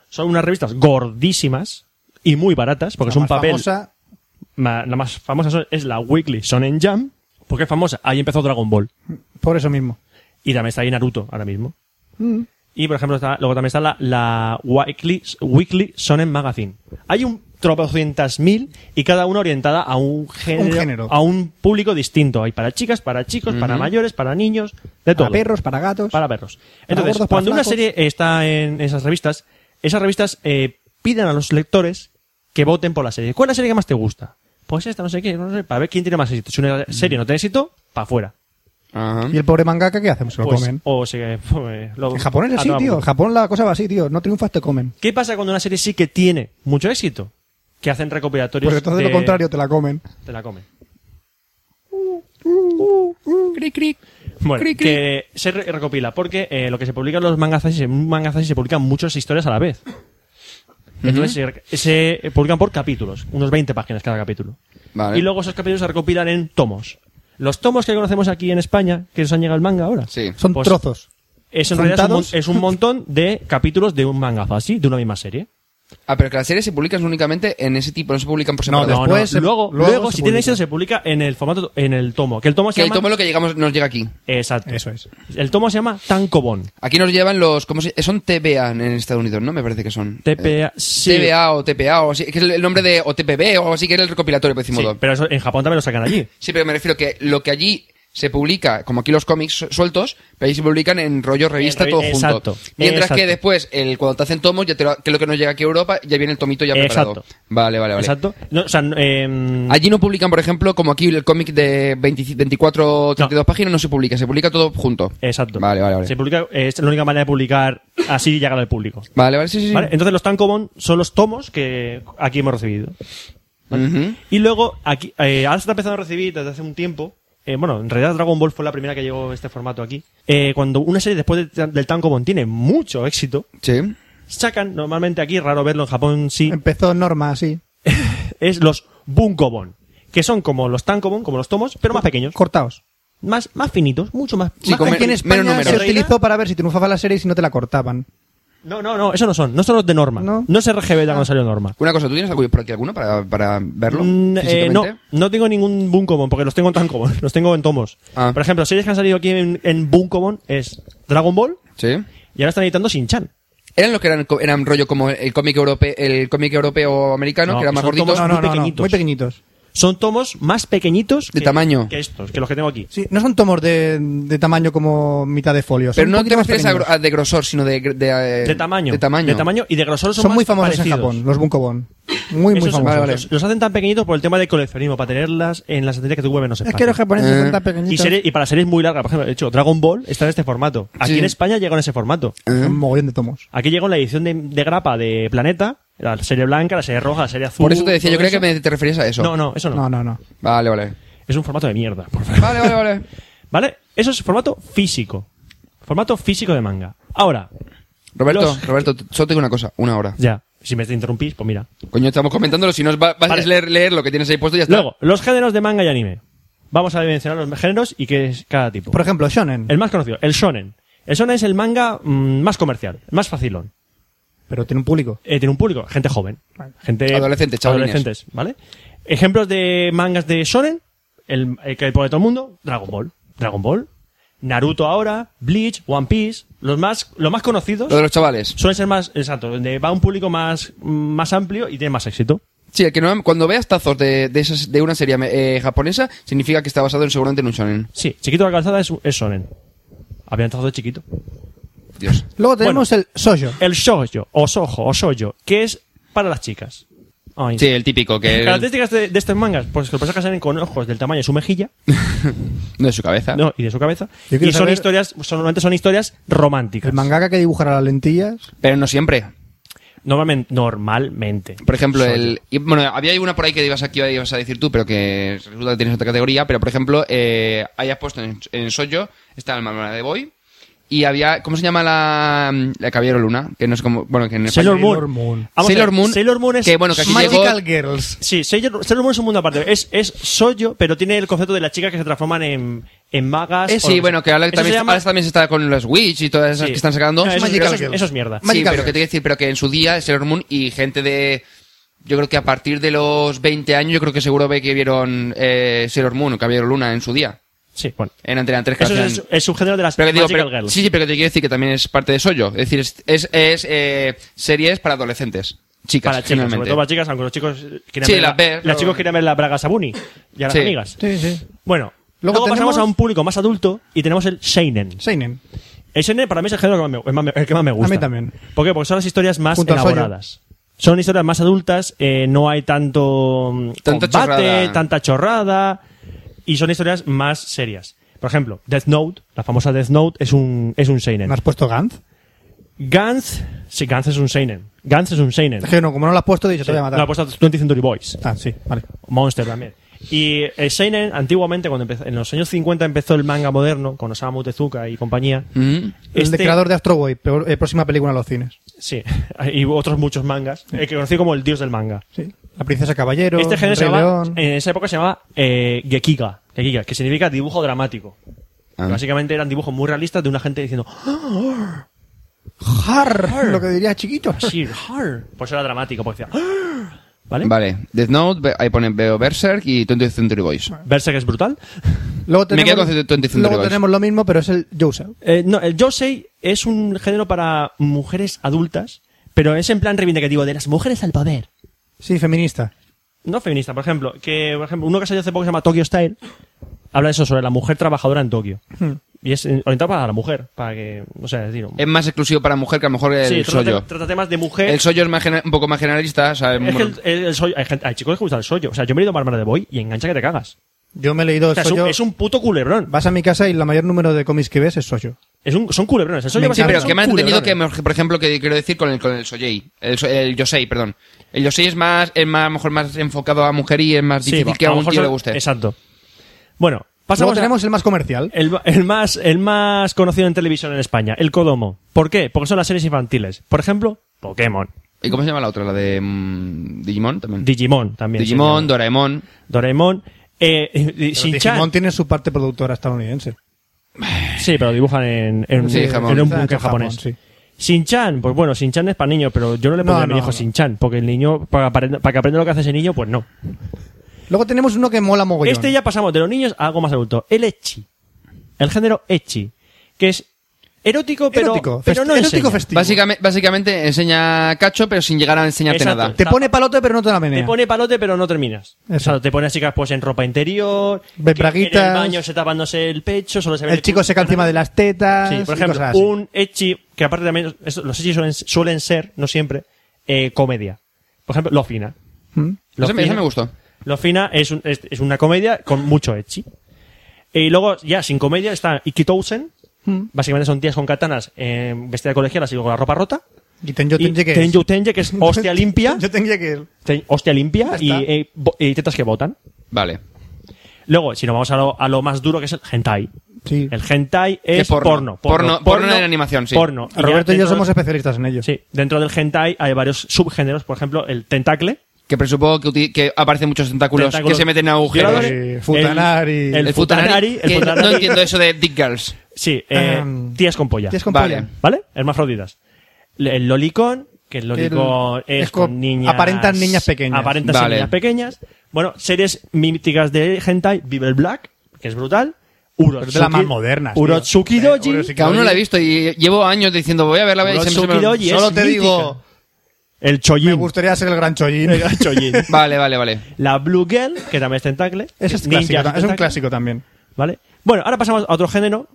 C: Son unas revistas gordísimas y muy baratas, porque
A: La
C: son
A: más
C: papel.
A: famosa,
C: ma- la más famosa son- es la Weekly Shonen Jump, porque es famosa. Ahí empezó Dragon Ball.
A: por eso mismo.
C: Y también está ahí Naruto ahora mismo.
A: Mm.
C: Y por ejemplo, está- luego también está la, la Weekly, Weekly Shonen Magazine. Hay un tropocientas mil y cada una orientada a un género,
A: género.
C: a un público distinto. Hay para chicas, para chicos, para mayores, para niños, de todo.
A: Para perros, para gatos.
C: Para perros.
A: Para
C: Entonces,
A: gordos, para
C: cuando una
A: flacos.
C: serie está en esas revistas, esas revistas eh, piden a los lectores que voten por la serie. ¿Cuál es la serie que más te gusta? Pues esta, no sé qué, no sé, para ver quién tiene más éxito. Si una serie no tiene éxito, para afuera.
E: Ajá.
A: ¿Y el pobre mangaka qué hacemos? Se lo
C: Pues,
A: comen.
C: O se, pues, lo-
A: En Japón
C: a
A: es así,
C: tomar
A: tío. En
C: por-
A: Japón la cosa va así, tío. No triunfas, te comen.
C: ¿Qué pasa cuando una serie sí que tiene mucho éxito? Que hacen recopilatorios.
A: Pues entonces
C: de-
A: lo contrario, te la comen.
C: Te la comen. Bueno, que se re- recopila, porque eh, lo que se publica en los mangazashi, en un mangazashi se publican muchas historias a la vez. Entonces se re- se, publican por capítulos, unos 20 páginas cada capítulo.
E: Vale.
C: Y luego esos capítulos se recopilan en tomos. Los tomos que conocemos aquí en España, que nos han llegado al manga ahora,
E: Sí.
A: Son
C: Pues-
A: trozos.
C: es en realidad es un mon-
A: ¿Juntados?
C: es un montón de capítulos de un mangazashi, de una misma serie.
E: Ah, pero que las series se publican únicamente en ese tipo, no se publican por separado.
A: No,
C: No,
A: después
C: no,
A: se-
C: luego,
A: luego
C: luego,
A: se
C: si tiene
A: publica.
C: éxito, se publica en el formato, en el tomo. Que el tomo se
E: que ahí
C: llama.
E: tomo lo que llegamos, nos llega aquí.
C: Exacto.
A: Eso es.
C: El tomo se llama Tancobón.
E: Aquí nos llevan los, ¿cómo se Son TBA en Estados Unidos, ¿no? Me parece que son. Eh,
C: TPA. sí.
E: TBA o TPA o así, que es el nombre de, o TPB o algo así, que era el recopilatorio, por decirlo
C: Sí,
E: modo.
C: pero eso en Japón también lo sacan allí.
E: Sí, pero me refiero que lo que allí se publica, como aquí los cómics su- sueltos, pero allí se publican en rollo revista
C: revi-
E: todo junto.
C: exacto,
E: Mientras
C: exacto.
E: que después, el, cuando te hacen tomos, ya te lo- que es lo que nos llega aquí a Europa, ya viene el tomito ya preparado.
C: Exacto.
E: Vale, vale, vale.
C: Exacto. No, o sea, eh,
E: Allí no publican, por ejemplo, como aquí el cómic de 25 24 o 32 páginas, no se publica, se publica todo junto.
C: Exacto.
E: Vale, vale, vale.
C: Se publica, eh, es la única manera de publicar así y llegar al público.
E: Vale, vale, sí, sí, sí.
C: ¿Vale? eh, Entonces los Tankobon son los tomos que aquí hemos recibido.
E: Ujú.
C: Y luego, aquí, eh, ahora se está empezando a recibir desde hace un tiempo. eh, bueno, en realidad Dragon Ball fue la primera que llegó este formato aquí. Eh, cuando una serie después de- del Tankobon tiene mucho éxito,
E: Sí.
C: sacan, normalmente aquí, raro verlo en Japón sí,
A: Empezó Norma así,
C: es los Bunkobon. Que son como los Tankobon, como los tomos, pero más pequeños.
A: cortaos.
C: Más, más finitos, mucho más.
E: Sí,
C: más-
E: con-
A: Aquí en
E: menos
A: España
E: números.
A: se utilizó para ver si triunfaba la serie y si no te la cortaban.
C: No, no, no, eso no son. No son los de Norma.
A: No.
C: No, es RGB de
E: Ah.
C: cuando salió Norma.
E: Una cosa, ¿tú tienes algo por aquí alguno para, para verlo?
C: Mm, eh,
E: físicamente?
C: no, no tengo ningún Bunkobon porque los tengo en Tankobon, los tengo en tomos.
E: Ah.
C: Por ejemplo, series que han salido aquí en, en Bunkobon es Dragon Ball
E: Sí.
C: y ahora están editando Shin-Chan.
E: Eran los que eran, co- eran rollo como el cómic europeo, el cómic europeo americano,
C: No,
E: que era más
C: son
E: gordito.
C: tomos
A: No,
C: Muy
A: no, no, no,
C: pequeñitos.
A: muy pequeñitos.
C: Son tomos más pequeñitos
E: De tamaño.
C: que estos, que los que tengo aquí.
A: Sí, no son tomos de, de tamaño como mitad de folio. son
E: Pero
A: un
E: no
A: poquito
E: te
A: más
E: refieres a,
A: pequeños.
E: gro- a de grosor, sino de, gr- de, eh,
C: De tamaño.
E: De tamaño.
C: y de grosor son,
A: Son
C: más
A: muy famosos en
C: parecidos.
A: Japón, los Bunkobon. Muy, muy
C: Esos son-
A: famosos.
C: Los, los hacen tan pequeñitos por el tema de coleccionismo, para tenerlas en las estanterías que tu web no
A: Es que los japoneses
E: Eh.
A: son tan
C: y,
A: pequeñitos.
C: serie- y para series muy largas, por ejemplo, de hecho, Dragon Ball está en este formato. Aquí
E: Sí.
C: en España llegó en ese formato.
A: Un mogollón de tomos.
C: Aquí llegó la edición de, de grapa de Planeta, la serie blanca, la serie roja, la serie azul.
E: Por eso te decía, yo
C: todo
E: creo que
C: eso.
E: me- te referías a eso.
C: No, no, eso no.
A: No, no, no.
E: Vale, vale.
C: Es un formato de mierda, por favor.
E: Vale, vale, vale.
C: ¿Vale? Eso es formato físico. Formato físico de manga. Ahora,
E: Roberto,
C: Los-
E: Roberto, t- solo tengo una cosa, una hora.
C: ya, si me te interrumpís, pues mira.
E: Coño, estamos comentándolo, si no es- va- vas
C: Vale.
E: a leer, leer lo que tienes ahí puesto y ya está.
C: Luego, los géneros de manga y anime. Vamos a mencionar los géneros y qué es cada tipo.
A: Por ejemplo, Shonen.
C: El más conocido, el shonen. El shonen es el manga mm, más comercial, más facilón.
A: Pero tiene un público.
C: Eh, tiene un público, gente joven. Gente
E: Adolescentes, chavalines.
C: adolescentes, ¿vale? Ejemplos de mangas de shonen, el, el que pone todo el mundo, Dragon Ball. Dragon Ball, Naruto ahora, Bleach, One Piece, los más, los más conocidos
E: Lo de los chavales.
C: suelen ser más, exacto, donde va un público más, mm, más amplio y tiene más éxito.
E: Sí, el que no, cuando veas tazos de, de, esas- de una serie eh, japonesa, significa que está basado en seguramente en un shonen.
C: Sí, Chiquito de la Calzada es, es shonen. Había entrado de chiquito.
E: Dios.
A: Luego tenemos el Sojo.
C: El shoujo, o sojo, o shoujo, que es para las chicas. Ay,
E: Sí, el típico, que
C: Características de, de estos mangas, pues que los personajes salen con ojos del tamaño de su mejilla
E: no es su cabeza.
C: no, y de su cabeza.
A: Yo
C: Y
A: quiero
C: son
A: saber-
C: historias, son- normalmente son historias románticas.
A: El mangaka que dibujará las lentillas.
E: Pero no siempre.
C: Normalmente. normalmente.
E: Por ejemplo,
C: Soy
E: el. y, bueno, había una por ahí que ibas a, que ibas a decir tú, pero que resulta que tienes otra categoría. Pero, por ejemplo, eh, hayas puesto en, en Soyo, está el Mamá de Boy. Y había. ¿Cómo se llama la. La Caballero Luna? Que no es como. Bueno, que en
C: Sailor
E: español-
A: Sailor
C: Moon.
A: Moon.
C: Vamos a ver,
E: Sailor Moon,
C: Sailor Moon es.
E: que, bueno, que aquí llegó-
A: Magical Girls.
C: Sí, Sailor, Sailor Moon es un mundo aparte. Es, es Soyo, pero tiene el concepto de las chicas que se transforman en, en magas.
E: Eh,
C: o lo
E: sí, bueno,
C: sea.
E: que ahora
C: Eso
E: también,
C: se llama-
E: ahora también se está con los Witch y todas esas
C: Sí.
E: que están sacando.
C: No, eso,
A: Magical
C: eso es-
A: Girl.
C: eso es mierda.
E: Sí,
A: Magical
E: pero
A: Girl.
E: que te quiero decir, pero que en su día Sailor Moon y gente de... Yo creo que a partir de los 20 años, yo creo que seguro ve que vieron eh, Sailor Moon o Caballero Luna en su día.
C: Sí, bueno.
E: En Antena 3 que
C: Eso
E: hacían-
C: es, es un género de las
E: Pero que digo,
C: Magical
E: pero-
C: Girls.
E: sí, sí, pero que te quiero decir que también es parte de Soyo. Es decir, es, es, es, eh, series para adolescentes. Chicas,
C: para chicas, sobre
E: finalmente.
C: todo para chicas, aunque los chicos querían
E: Sí,
C: ver,
E: las ves,
C: las
E: pero-
C: chicos querían ver la braga Sabuni y a las
E: Sí.
C: amigas.
A: Sí, sí.
C: Bueno,
A: Luego
C: luego,
A: tenemos-
C: pasamos a un público más adulto y tenemos el Seinen.
A: Seinen.
C: El Seinen para mí es el género que más me, el más me- el que más me gusta.
A: A mí también.
C: ¿Por qué? Porque son las historias más
A: Junto al Soyo.
C: elaboradas. Son historias más adultas, eh, no hay tanto mm, combate,
E: Tanta chorrada.
C: tanta chorrada y son historias más serias. Por ejemplo, Death Note, la famosa Death Note es un es un Seinen.
A: ¿No has puesto Gantz?
C: Gantz, sí, Gantz es un Seinen. Gantz es un Seinen.
A: Es que no, como no lo has puesto, he dicho, te
C: Sí,
A: voy
C: lo
A: a matar.
C: ha puesto 20th Century Boys.
A: Ah, sí, vale.
C: Monster también. Y el Seinen, antiguamente, cuando empezó, en los años 50 empezó el manga moderno, con Osamu Tezuka y compañía.
E: Mm.
A: El de
C: Este-
A: creador de Astro Boy, peor- eh, próxima película en los cines.
C: Sí, y otros muchos mangas, el que conocí como el dios del manga.
A: Sí. La princesa caballero,
C: Este género se
A: Rey
C: llamaba,
A: León.
C: en esa época se llamaba eh, Gekiga, Gekiga, que significa dibujo dramático.
E: Ah.
C: Básicamente eran dibujos muy realistas de una gente diciendo "Ah",
A: Har, lo que diría chiquito.
C: Sheer Har. Pues era dramático, pues decía. "Ah", ¿Vale?
E: Vale, Death Note, ve- ahí ponen veo Berserk y 20th Century Boys.
C: Berserk es brutal.
A: Luego
E: Me quedo
A: tenemos,
E: con 20th Century
A: luego
E: Boys.
A: tenemos lo mismo, pero es el Joseph.
C: Eh, no, el Josei es un género para mujeres adultas, pero es en plan reivindicativo de las mujeres al poder.
A: Sí, feminista.
C: No feminista, por ejemplo. Que, por ejemplo, uno que salió hace poco que se llama Tokyo Style. Habla de eso, sobre la mujer trabajadora en Tokio.
A: Hmm.
C: Y es eh, orientado para la mujer, para que, o sea, es decir, un-
E: Es más exclusivo para mujer que a lo mejor
C: sí,
E: el
C: trata,
E: Soyo.
C: trata temas de mujer.
E: El Soyo es más gena- un poco más generalista, o sea,
C: es que
E: bueno,
C: el, el- el sollo- hay, gente- hay chicos que les gusta el sollo. O sea, yo me he ido a Marmara de Boy y engancha que te cagas.
A: Yo me he leído
C: O sea, es,
A: Soyo.
C: un, es un puto culebrón.
A: Vas a mi casa y la mayor número de cómics que ves es Soyo.
C: Es un- son culebrones. El sollo
A: Me
E: Sí,
C: básicamente
E: pero
A: Claro,
E: que
C: son
E: me han entendido que,
C: culebrones.
E: me- por ejemplo, que quiero decir con el, con el Soyei, el, so- el Yosei, perdón. El Yosei es más, es más, a lo mejor más enfocado a mujer y es más
C: Sí,
E: difícil
C: va-
E: que a
C: lo
E: un
C: mejor
E: tío
C: son-
E: le guste.
C: Exacto. Bueno,
A: Luego
C: pasamos a- Eh,
A: tenemos el más comercial.
C: El, el más, el más conocido en televisión en España, el Codomo. ¿Por qué? Porque son las series infantiles. Por ejemplo, Pokémon.
E: ¿Y cómo se llama la otra? La de mm, Digimon también.
C: Digimon también. se
E: Digimon,
C: llama.
E: Doraemon.
C: Doraemon. Eh, eh,
A: Pero
C: Shin-chan.
A: Digimon tiene su parte productora estadounidense. Eh,
C: Sí, pero dibujan en, en,
E: Sí,
C: en
E: Japón.
C: un
A: Está hecho
C: búnker
A: en Japón,
C: japonés.
A: sí.
C: Shin-chan, pues bueno, Shin-chan es para niños, pero yo no le
A: No,
C: pondría a mi
A: no,
C: hijo
A: no.
C: Shin-chan, porque el niño, para, para- para que aprenda lo que hace ese niño, pues no.
A: Luego tenemos uno que mola mogollón.
C: Este ya pasamos de los niños a algo más adulto. El ecchi. El género ecchi. Que es erótico, pero,
A: Erótico,
C: pero
A: fest-
C: no
A: erótico
C: enseña.
A: festivo.
E: Básicamente, básicamente enseña cacho, pero sin llegar a enseñarte
C: Exacto.
E: nada.
A: Te pone palote pero no te la menea.
C: Te pone palote, pero no terminas.
A: Eso.
C: O sea, te pone a chicas pues en ropa interior,
A: Ve
C: que en el
A: braguitas.
C: baño se tapándose el pecho, solo se ve
A: El chico
C: culo.
A: se cae encima de las tetas.
C: Sí, por
A: y
C: ejemplo,
A: cosas así.
C: un echi, que aparte también, esto- los echi suelen, suelen ser, no siempre, eh, comedia. Por ejemplo, Lo Fina.
A: ¿Mm?
C: Lo
E: Ese me- ese me gustó.
C: Lo Fina es, un- es, es una comedia con mucho echi. Y luego, ya sin comedia, está Ikitousen.
A: Mm.
C: Básicamente son tías con katanas eh, vestidas de colegialas y con la ropa rota.
A: Y Tenjo
C: y
A: Tenje que es.
C: Tenjo Tenje, que es hostia limpia.
A: Yo tendría que ir.
C: Ten- hostia limpia y,
A: Ya está.
C: eh, bo- y tetas que botan.
E: Vale.
C: Luego, si nos vamos a lo, a lo más duro, que es el hentai.
A: Sí.
C: El hentai es
E: porno?
C: porno.
E: Porno- porno en animación, sí.
C: Porno. ya
A: Ah, Roberto y yo
C: dentro
A: somos
C: del-
A: especialistas en ello.
C: Sí, dentro del hentai hay varios subgéneros, por ejemplo, el tentacle.
E: Que presupongo que, uti- que aparecen muchos tentáculos,
C: tentáculos
E: que se meten en agujeros.
A: Violadores.
C: violadores,
A: futanari.
C: El, el
E: El futanari.
C: futanari. el
E: que
C: futanari,
E: No entiendo eso de Dick Girls.
C: Sí, eh,
A: Em,
C: tías con polla.
A: Tienes con
E: Vale.
A: polla.
C: ¿Vale? Hermafroditas. Le- El lolicón, que el
A: Que el-
C: lolicón es,
A: es con-
C: con niñas...
A: aparentan niñas pequeñas.
C: Aparentan
E: Vale.
C: niñas pequeñas. Bueno, series míticas de hentai, Vive el Black, que es brutal.
A: Pero
C: Urotsuki,
A: de las más modernas, tío.
C: Urotsuki Doji.
A: Eh, Urotsuki-
E: Que aún no la he visto y llevo años diciendo voy a verla. voy a- y se me- se me-
C: Urotsuki Doji es
A: Solo te
C: mítica.
A: digo,
C: El
A: me
C: Choyin.
A: gustaría ser el gran chollín.
C: El Choyin.
E: Vale, vale, vale.
C: La Blue Girl, que también es tentacle.
A: Ese es,
C: Ninja
A: clásico, es un
C: tentacle.
A: clásico también.
C: ¿Vale? Bueno, ahora pasamos a otro género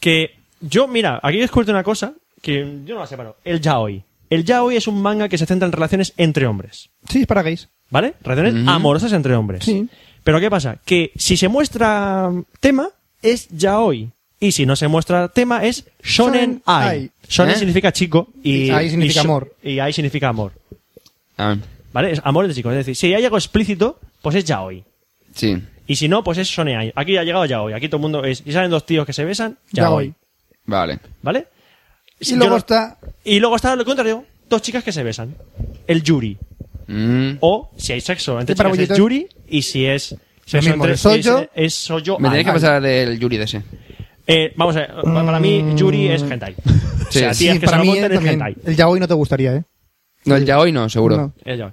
C: que yo, mira, aquí he descubierto una cosa que yo no la separo. El yaoi. El yaoi es un manga que se centra en relaciones entre hombres.
A: Sí, es para gays.
C: ¿Vale? Relaciones amorosas entre hombres.
A: Sí.
C: Pero ¿qué pasa? Que si se muestra tema, es yaoi. Y si no se muestra tema, es
A: Shonen
C: shonen ai.
A: ai.
C: Shonen
E: ¿Eh?
C: significa chico y...
A: Y ai significa
C: y sho-
A: amor.
C: Y ai significa amor.
E: Ah,
C: ¿Vale? Es amor de chicos. Es decir, si hay algo explícito, pues es yaoi.
E: sí.
C: Y si no, pues es shonen. Aquí ha llegado ya hoy. Aquí todo el mundo es. Y salen dos tíos que se besan, ya,
A: Ya
C: hoy.
A: hoy.
E: Vale.
C: ¿Vale?
A: Y
C: Yo
A: luego
C: no-
A: está
C: Y luego está lo contrario: dos chicas que se besan. El yuri.
E: Mm.
C: O si hay sexo entre
A: Sí, para
C: chicas es
A: bollitos.
C: yuri. Y si es. Sexo
A: mismo,
C: entre
A: el sollo.
C: es- Es sollo.
E: Me tenéis que
C: ai.
E: pasar del Yuri de ese.
C: Eh, vamos a ver. pa- Para
A: Mm.
C: mí, yuri es hentai. o sea,
E: Sí,
C: tías que se
A: para
C: van a
A: mí eh,
C: montar es
A: también.
C: hentai.
A: El yaoi no te gustaría, ¿eh?
E: No, el ya hoy no, seguro.
A: No.
C: Es yaoi.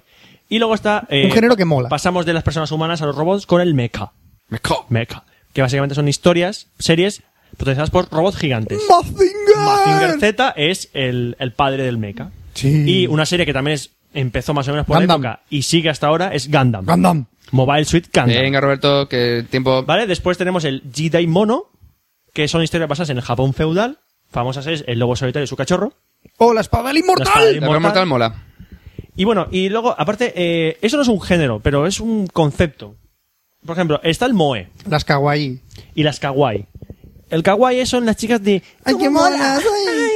C: Y luego está. eh,
A: Un género que mola.
C: Pasamos de las personas humanas a los robots con el mecha.
E: Me co-
C: Mecha. Que básicamente son historias, series, protagonizadas por robots gigantes.
A: ¡Mazinger!
C: Mazinger Z es el, el padre del mecha.
A: Sí.
C: Y una serie que también es, empezó más o menos por la
A: Gundam.
C: época y sigue hasta ahora es Gundam.
A: Gundam.
C: Mobile Suit Gundam.
E: Venga, Roberto, que tiempo.
C: ¿Vale? Después tenemos el Jidai Mono, que son historias basadas en el Japón feudal. Famosas es El Lobo Solitario y su cachorro.
A: ¡Oh, la espada del
C: La espada
A: inmortal!
C: del
E: La Guerra Mortal mola.
C: Y bueno, y luego, aparte, eh, eso no es un género, pero es un concepto. Por ejemplo, está el Moe
A: Las kawaii.
C: y las Kawaii. El Kawaii son las chicas de.
A: ¡Ay, qué
C: ¡Cómo
A: monas! ¡Ay!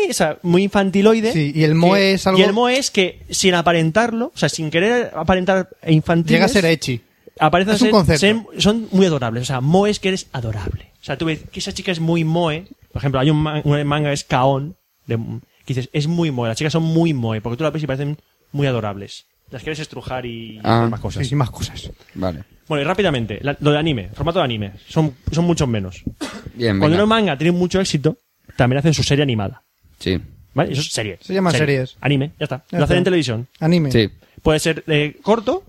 C: Ay, o sea, muy infantiloide.
A: Sí, y el moe
C: Que-
A: es algo-
C: Y el moe es que sin aparentarlo, o sea, sin querer aparentar infantil.
A: Llega a ser Echi.
C: Aparecen
A: Es un
C: ser-
A: concepto.
C: ser- son muy adorables. O sea, moe es que eres adorable. O sea, tú ves que esa chica es muy moe. Por ejemplo, hay un, man- un manga que es Kaon. de- que dices, es muy moe. Las chicas son muy moe. Porque tú las ves y parecen muy adorables. Las quieres estrujar y
E: Ah.
C: hacer más cosas.
A: Sí, sí, más cosas.
E: Vale.
C: Bueno, y rápidamente, la- lo de anime, formato de anime. Son, son muchos menos.
E: Bien,
C: Cuando
E: venga.
C: un manga tiene mucho éxito, también hacen su serie animada.
E: Sí.
C: ¿Vale? Eso es serie.
A: Se llaman series.
C: Anime, ya está.
A: Ya
C: Lo hacen
A: está.
C: en televisión.
A: Anime.
E: Sí.
C: Puede ser eh, corto,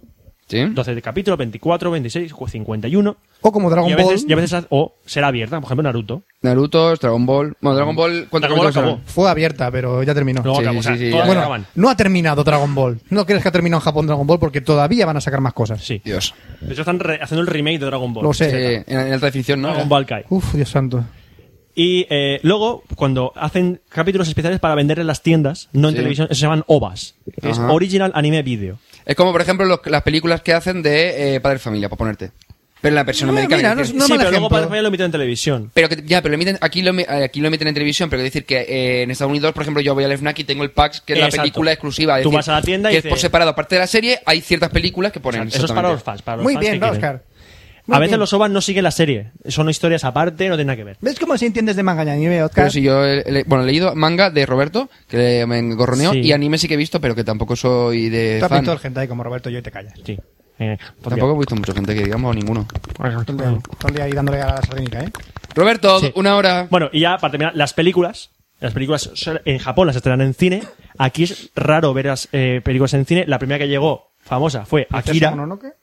E: ¿Sí?
C: 12 de capítulo, 24, 26, 51.
A: O como Dragon
C: y a
A: Ball.
C: veces, y a veces ha- o será abierta, por ejemplo, Naruto.
E: Naruto, Dragon Ball. Bueno, Dragon Ball. ¿Cuántos
C: Dragon Ball
E: capítulos
C: acabó.
E: son?
A: Fue abierta, pero ya terminó.
C: Luego
E: Sí,
C: acabó, o sea,
E: sí, sí,
C: todas
E: ya.
A: Bueno,
C: acaban.
A: no ha terminado Dragon Ball. No crees que ha terminado en Japón Dragon Ball porque todavía van a sacar más cosas.
C: Sí.
E: Dios.
C: De hecho, están re- haciendo el remake de Dragon Ball.
A: Lo sé.
E: Sí, en, en alta definición, ¿no?
C: Dragon Ball Kai.
A: Uf, Dios santo.
C: Y eh, luego, cuando hacen capítulos especiales para vender en las tiendas, no en
E: Sí.
C: televisión, eso se llaman OVAs. que Es
E: Ajá.
C: Original Anime Video.
E: Es como, por ejemplo, los- las películas que hacen de eh, Padre Familia, por ponerte. Pero en la versión
A: No,
E: americana.
A: mira,
E: quiero
A: no es
E: decir.
A: No,
C: sí,
A: mal
C: pero
A: ejemplo.
C: luego para España lo emiten en televisión.
E: Pero que, ya, pero lo emiten, aquí, lo, emi- eh, aquí lo emiten en televisión, pero quiero decir que eh, en Estados Unidos, por ejemplo, yo voy al FNAC y tengo el PAX, que es
C: Exacto.
E: la película exclusiva. es
C: Tú
E: decir,
C: vas a la tienda y
E: que es
C: dices-
E: por separado. Aparte de la serie, hay ciertas películas que ponen.
C: Eso es para los
E: exactamente.
C: fans. Para los
A: Muy
C: fans
A: bien,
C: que
A: ¿no,
C: quieren.
A: Oscar. Muy
C: A veces
A: bien.
C: los OVAs no siguen la serie. Son historias aparte, no tienen nada que ver.
A: ¿Ves cómo si entiendes de manga y anime, Oscar?
E: Pero si yo, he- he- bueno, he leído manga de Roberto, que me engorroneo,
C: Sí.
E: y anime sí que he visto, pero que tampoco soy de
A: Tú has
E: fan.
A: visto el hentai como Roberto y yo y te callas.
C: Sí. Eh, pues
E: Tampoco he visto mucha gente que digamos ninguno.
C: bien.
A: Todo el día ahí dándole a la sardinica, ¿eh?
E: Roberto,
C: Sí.
E: una hora.
C: Bueno, y ya para terminar, las películas. Las películas son- en Japón las estrenan en cine. Aquí es raro ver las eh, películas en cine. La primera que llegó famosa fue Akira.
A: Mononoke.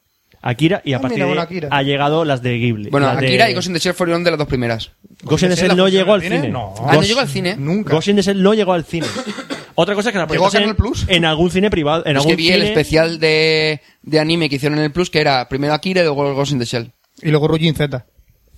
C: Akira y a
A: Ah,
C: partir
A: mira, bueno,
C: de ahí
A: Akira.
C: ha llegado las de Ghibli.
E: Bueno,
C: las de-
E: Akira y Ghost in the Shell fueron de las dos primeras.
C: Ghost in the
A: ¿Ese
C: Shell
A: la
C: no
A: funciona
C: llegó al
A: bien, eh?
C: cine.
A: No.
E: Ah, no llegó al cine.
A: Nunca.
C: ¿Eh? Ghost in the Shell no llegó al cine. Otra cosa es que la
A: ¿Llegó a
C: proyectasen
A: Canal Plus?
C: en algún cine privado, en
E: Es
C: algún
E: que vi el
C: cine-
E: especial de, de anime que hicieron en el Plus, que era primero Akira y luego Ghost in the Shell.
A: Y luego Rujin Z.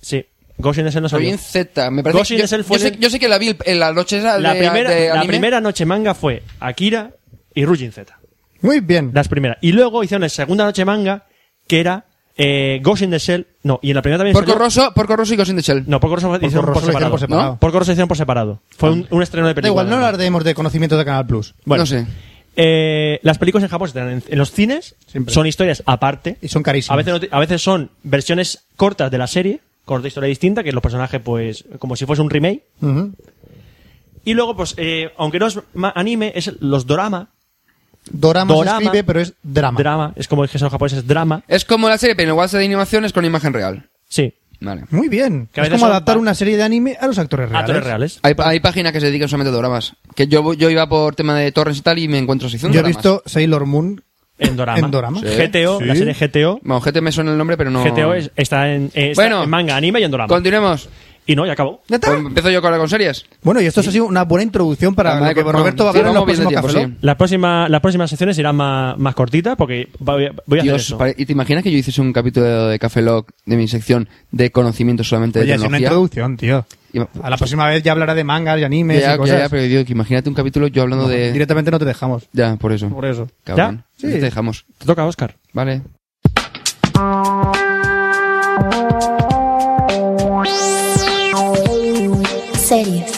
C: Sí, Ghost in the Shell no
E: Soy
C: salió.
E: en Z, me parece.
C: Ghost in
E: yo,
C: the Shell fue
E: yo sé,
C: el-
E: yo sé que la vi el- en la noche esa de,
C: La primera,
E: de
C: la
E: anime.
C: primera noche manga fue Akira y Rujin Z.
A: Muy bien.
C: Las primeras. Y luego hicieron la segunda noche manga, que era eh, Ghost in the Shell. No, y en la primera también
E: Porco
C: salió-
E: Rosso, Porco Rosso y Ghost in the Shell.
C: No, Porco Rosso fue-
A: Porco
C: hicieron por
A: Rosso hicieron
C: separado.
A: por separado.
C: ¿No? Porco Rosso hicieron por separado. Fue un, un estreno de
A: Da
C: película.
A: igual, no
C: nada más.
A: hablaremos de conocimientos de Canal Plus.
C: Bueno,
E: No sé.
C: eh, las películas en Japón se estrenan en, en los cines,
A: Siempre.
C: son historias aparte.
A: Y son carísimas.
C: A veces, no te- a veces son versiones cortas de la serie, con otra historia distinta, que los personajes, pues, como si fuese un remake.
A: Ujú.
C: Y luego, pues, eh, aunque no es ma- anime, es los dorama.
A: Dorama,
C: Dorama.
A: se escribe, pero es drama.
C: Drama, es como es que son japoneses, drama.
E: Es como la serie, pero en lugar de animaciones con imagen real.
C: Sí.
E: Vale.
A: Muy bien.
C: Que a
A: es
C: veces
A: como
C: son
A: adaptar
C: pa-
A: una serie de anime a los actores reales.
C: Actores reales.
E: Hay, hay páginas que se dedican solamente a doramas. Que yo, yo iba por tema de torres y tal y me encuentro sección
A: Yo he
E: doramas.
A: visto Sailor Moon.
C: En dorama.
A: En dorama.
E: Sí.
C: GTO, la
A: Sí.
C: serie GTO.
E: Bueno, GT me suena el nombre, pero no.
C: GTO es- está, en, eh, está
E: Bueno.
C: en manga, anime y en dorama.
E: Continuemos.
C: Y no, ya acabó.
A: ¿Ya está?
E: Pues empiezo yo con, con series.
A: Bueno, y esto ha sido una buena introducción para
E: Además
A: lo
E: de
A: que
E: con-
A: Roberto va a
E: sí,
A: hablar en los
E: vamos bien de
A: próximos
E: tiempo,
A: Café Lock.
C: La próxima, las próximas secciones irán más, más cortitas porque va- voy a, voy a hacer
E: Dios,
C: eso.
E: pare- ¿y te imaginas que yo hiciese un capítulo de Café Lock de mi sección de conocimiento solamente de
A: Oye, es una
E: tecnología?
A: introducción, tío.
E: Ima-
A: A la próxima vez ya hablará de mangas y animes
E: ya,
A: y
E: ya,
A: cosas.
E: ya, pero digo que imagínate un capítulo yo hablando de...
A: Directamente no te dejamos.
E: Ya, por eso.
A: Por eso.
E: Cabrón.
A: ¿Ya?
E: Ya
A: Sí.
E: Te dejamos.
C: Te toca, Oscar.
E: Vale.
D: Series.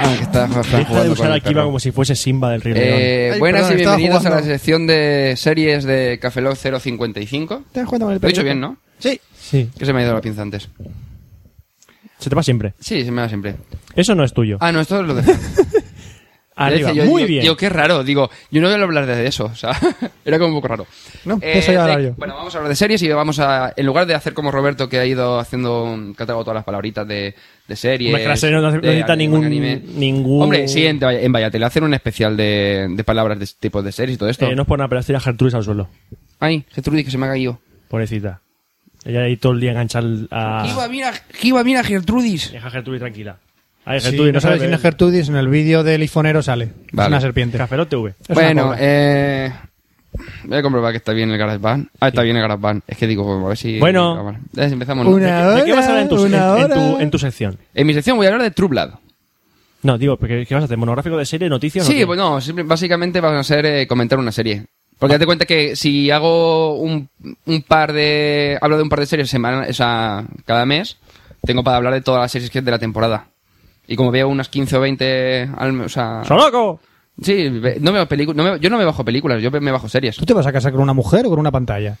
E: Ah, que está Fran
C: Deja de
E: jugando
C: usar
E: con el
C: aquí
E: perro.
C: como si fuese Simba del Rey León.
E: Eh,
A: Ay,
E: buenas
A: perdón,
E: y
A: estaba
E: bienvenidos a la
A: jugando.
E: sección de series de Café Lock 055.
A: ¿Te das cuenta con el
E: Lo he
A: perrito?
E: dicho bien, ¿no?
A: Sí.
C: Sí,
E: Que se me ha ido la pinza antes.
C: se te va siempre.
E: Sí, se me da siempre.
C: Eso no es tuyo.
E: Ah, no, esto es lo de Fran.
C: Arriba,
E: Es que yo-
C: muy
E: yo-
C: bien.
E: Digo, qué raro. Digo, yo no voy a hablar de eso. O sea, era como un poco raro.
A: No, de eso ya
E: de-
A: hablaré yo.
E: Bueno, vamos a hablar de series y vamos a... En lugar de hacer como Roberto, que ha ido haciendo... un- Que ha tragado todas las palabritas de, de series...
C: Hombre, que la serie no hace- no
E: de
C: necesita
E: anime,
C: ningún-
E: anime.
C: ningún-
E: Hombre, sí, en, en Vallatele hacen un especial de, de palabras de este tipo de series y todo esto.
C: Eh, no es por nada, pero tira Gertrudis al suelo.
E: Ay, Gertrudis, que se me ha caído.
C: Pobrecita. Ella ahí todo el día enganchar
E: Giva,
C: a...
E: mira, Giva, mira, Gertrudis.
C: Deja a Gertrudis tranquila. Ay,
A: Si
C: Gertrudis,
A: no sabes quién es Gertrudis, en el vídeo del ifonero sale. Es
E: Vale.
A: una serpiente.
C: Cafelot TV.
A: Es una
E: Bueno,
A: cobra.
E: eh... Voy a comprobar que está bien el GarageBand. Ah, está bien el GarageBand. Es que digo, a ver si...
C: Bueno.
E: Ah, vale. Ya, empezamos. ¿no?
A: Una
C: ¿De qué vas a hablar en tu, en,
A: Una hora,
C: en tu,
A: una
C: en tu sección?
E: En mi sección voy a hablar de True Blood.
C: No, digo, porque- ¿qué vas a hacer? ¿Monográfico de serie, noticias?
E: Sí,
C: o qué?
E: pues no, simple- básicamente van a ser eh, comentar una serie. Porque date cuenta que si hago un, un par de... Hablo de un par de series semana, o sea, cada mes, tengo para hablar de todas las series que es de la temporada. Y como veo unas 15 o 20... al- o sea...
C: ¡Soloco!
E: Sí, ve- no me, pelicu- no me- yo no me bajo películas, yo me bajo series.
A: ¿Tú te vas a casar con una mujer o con una pantalla?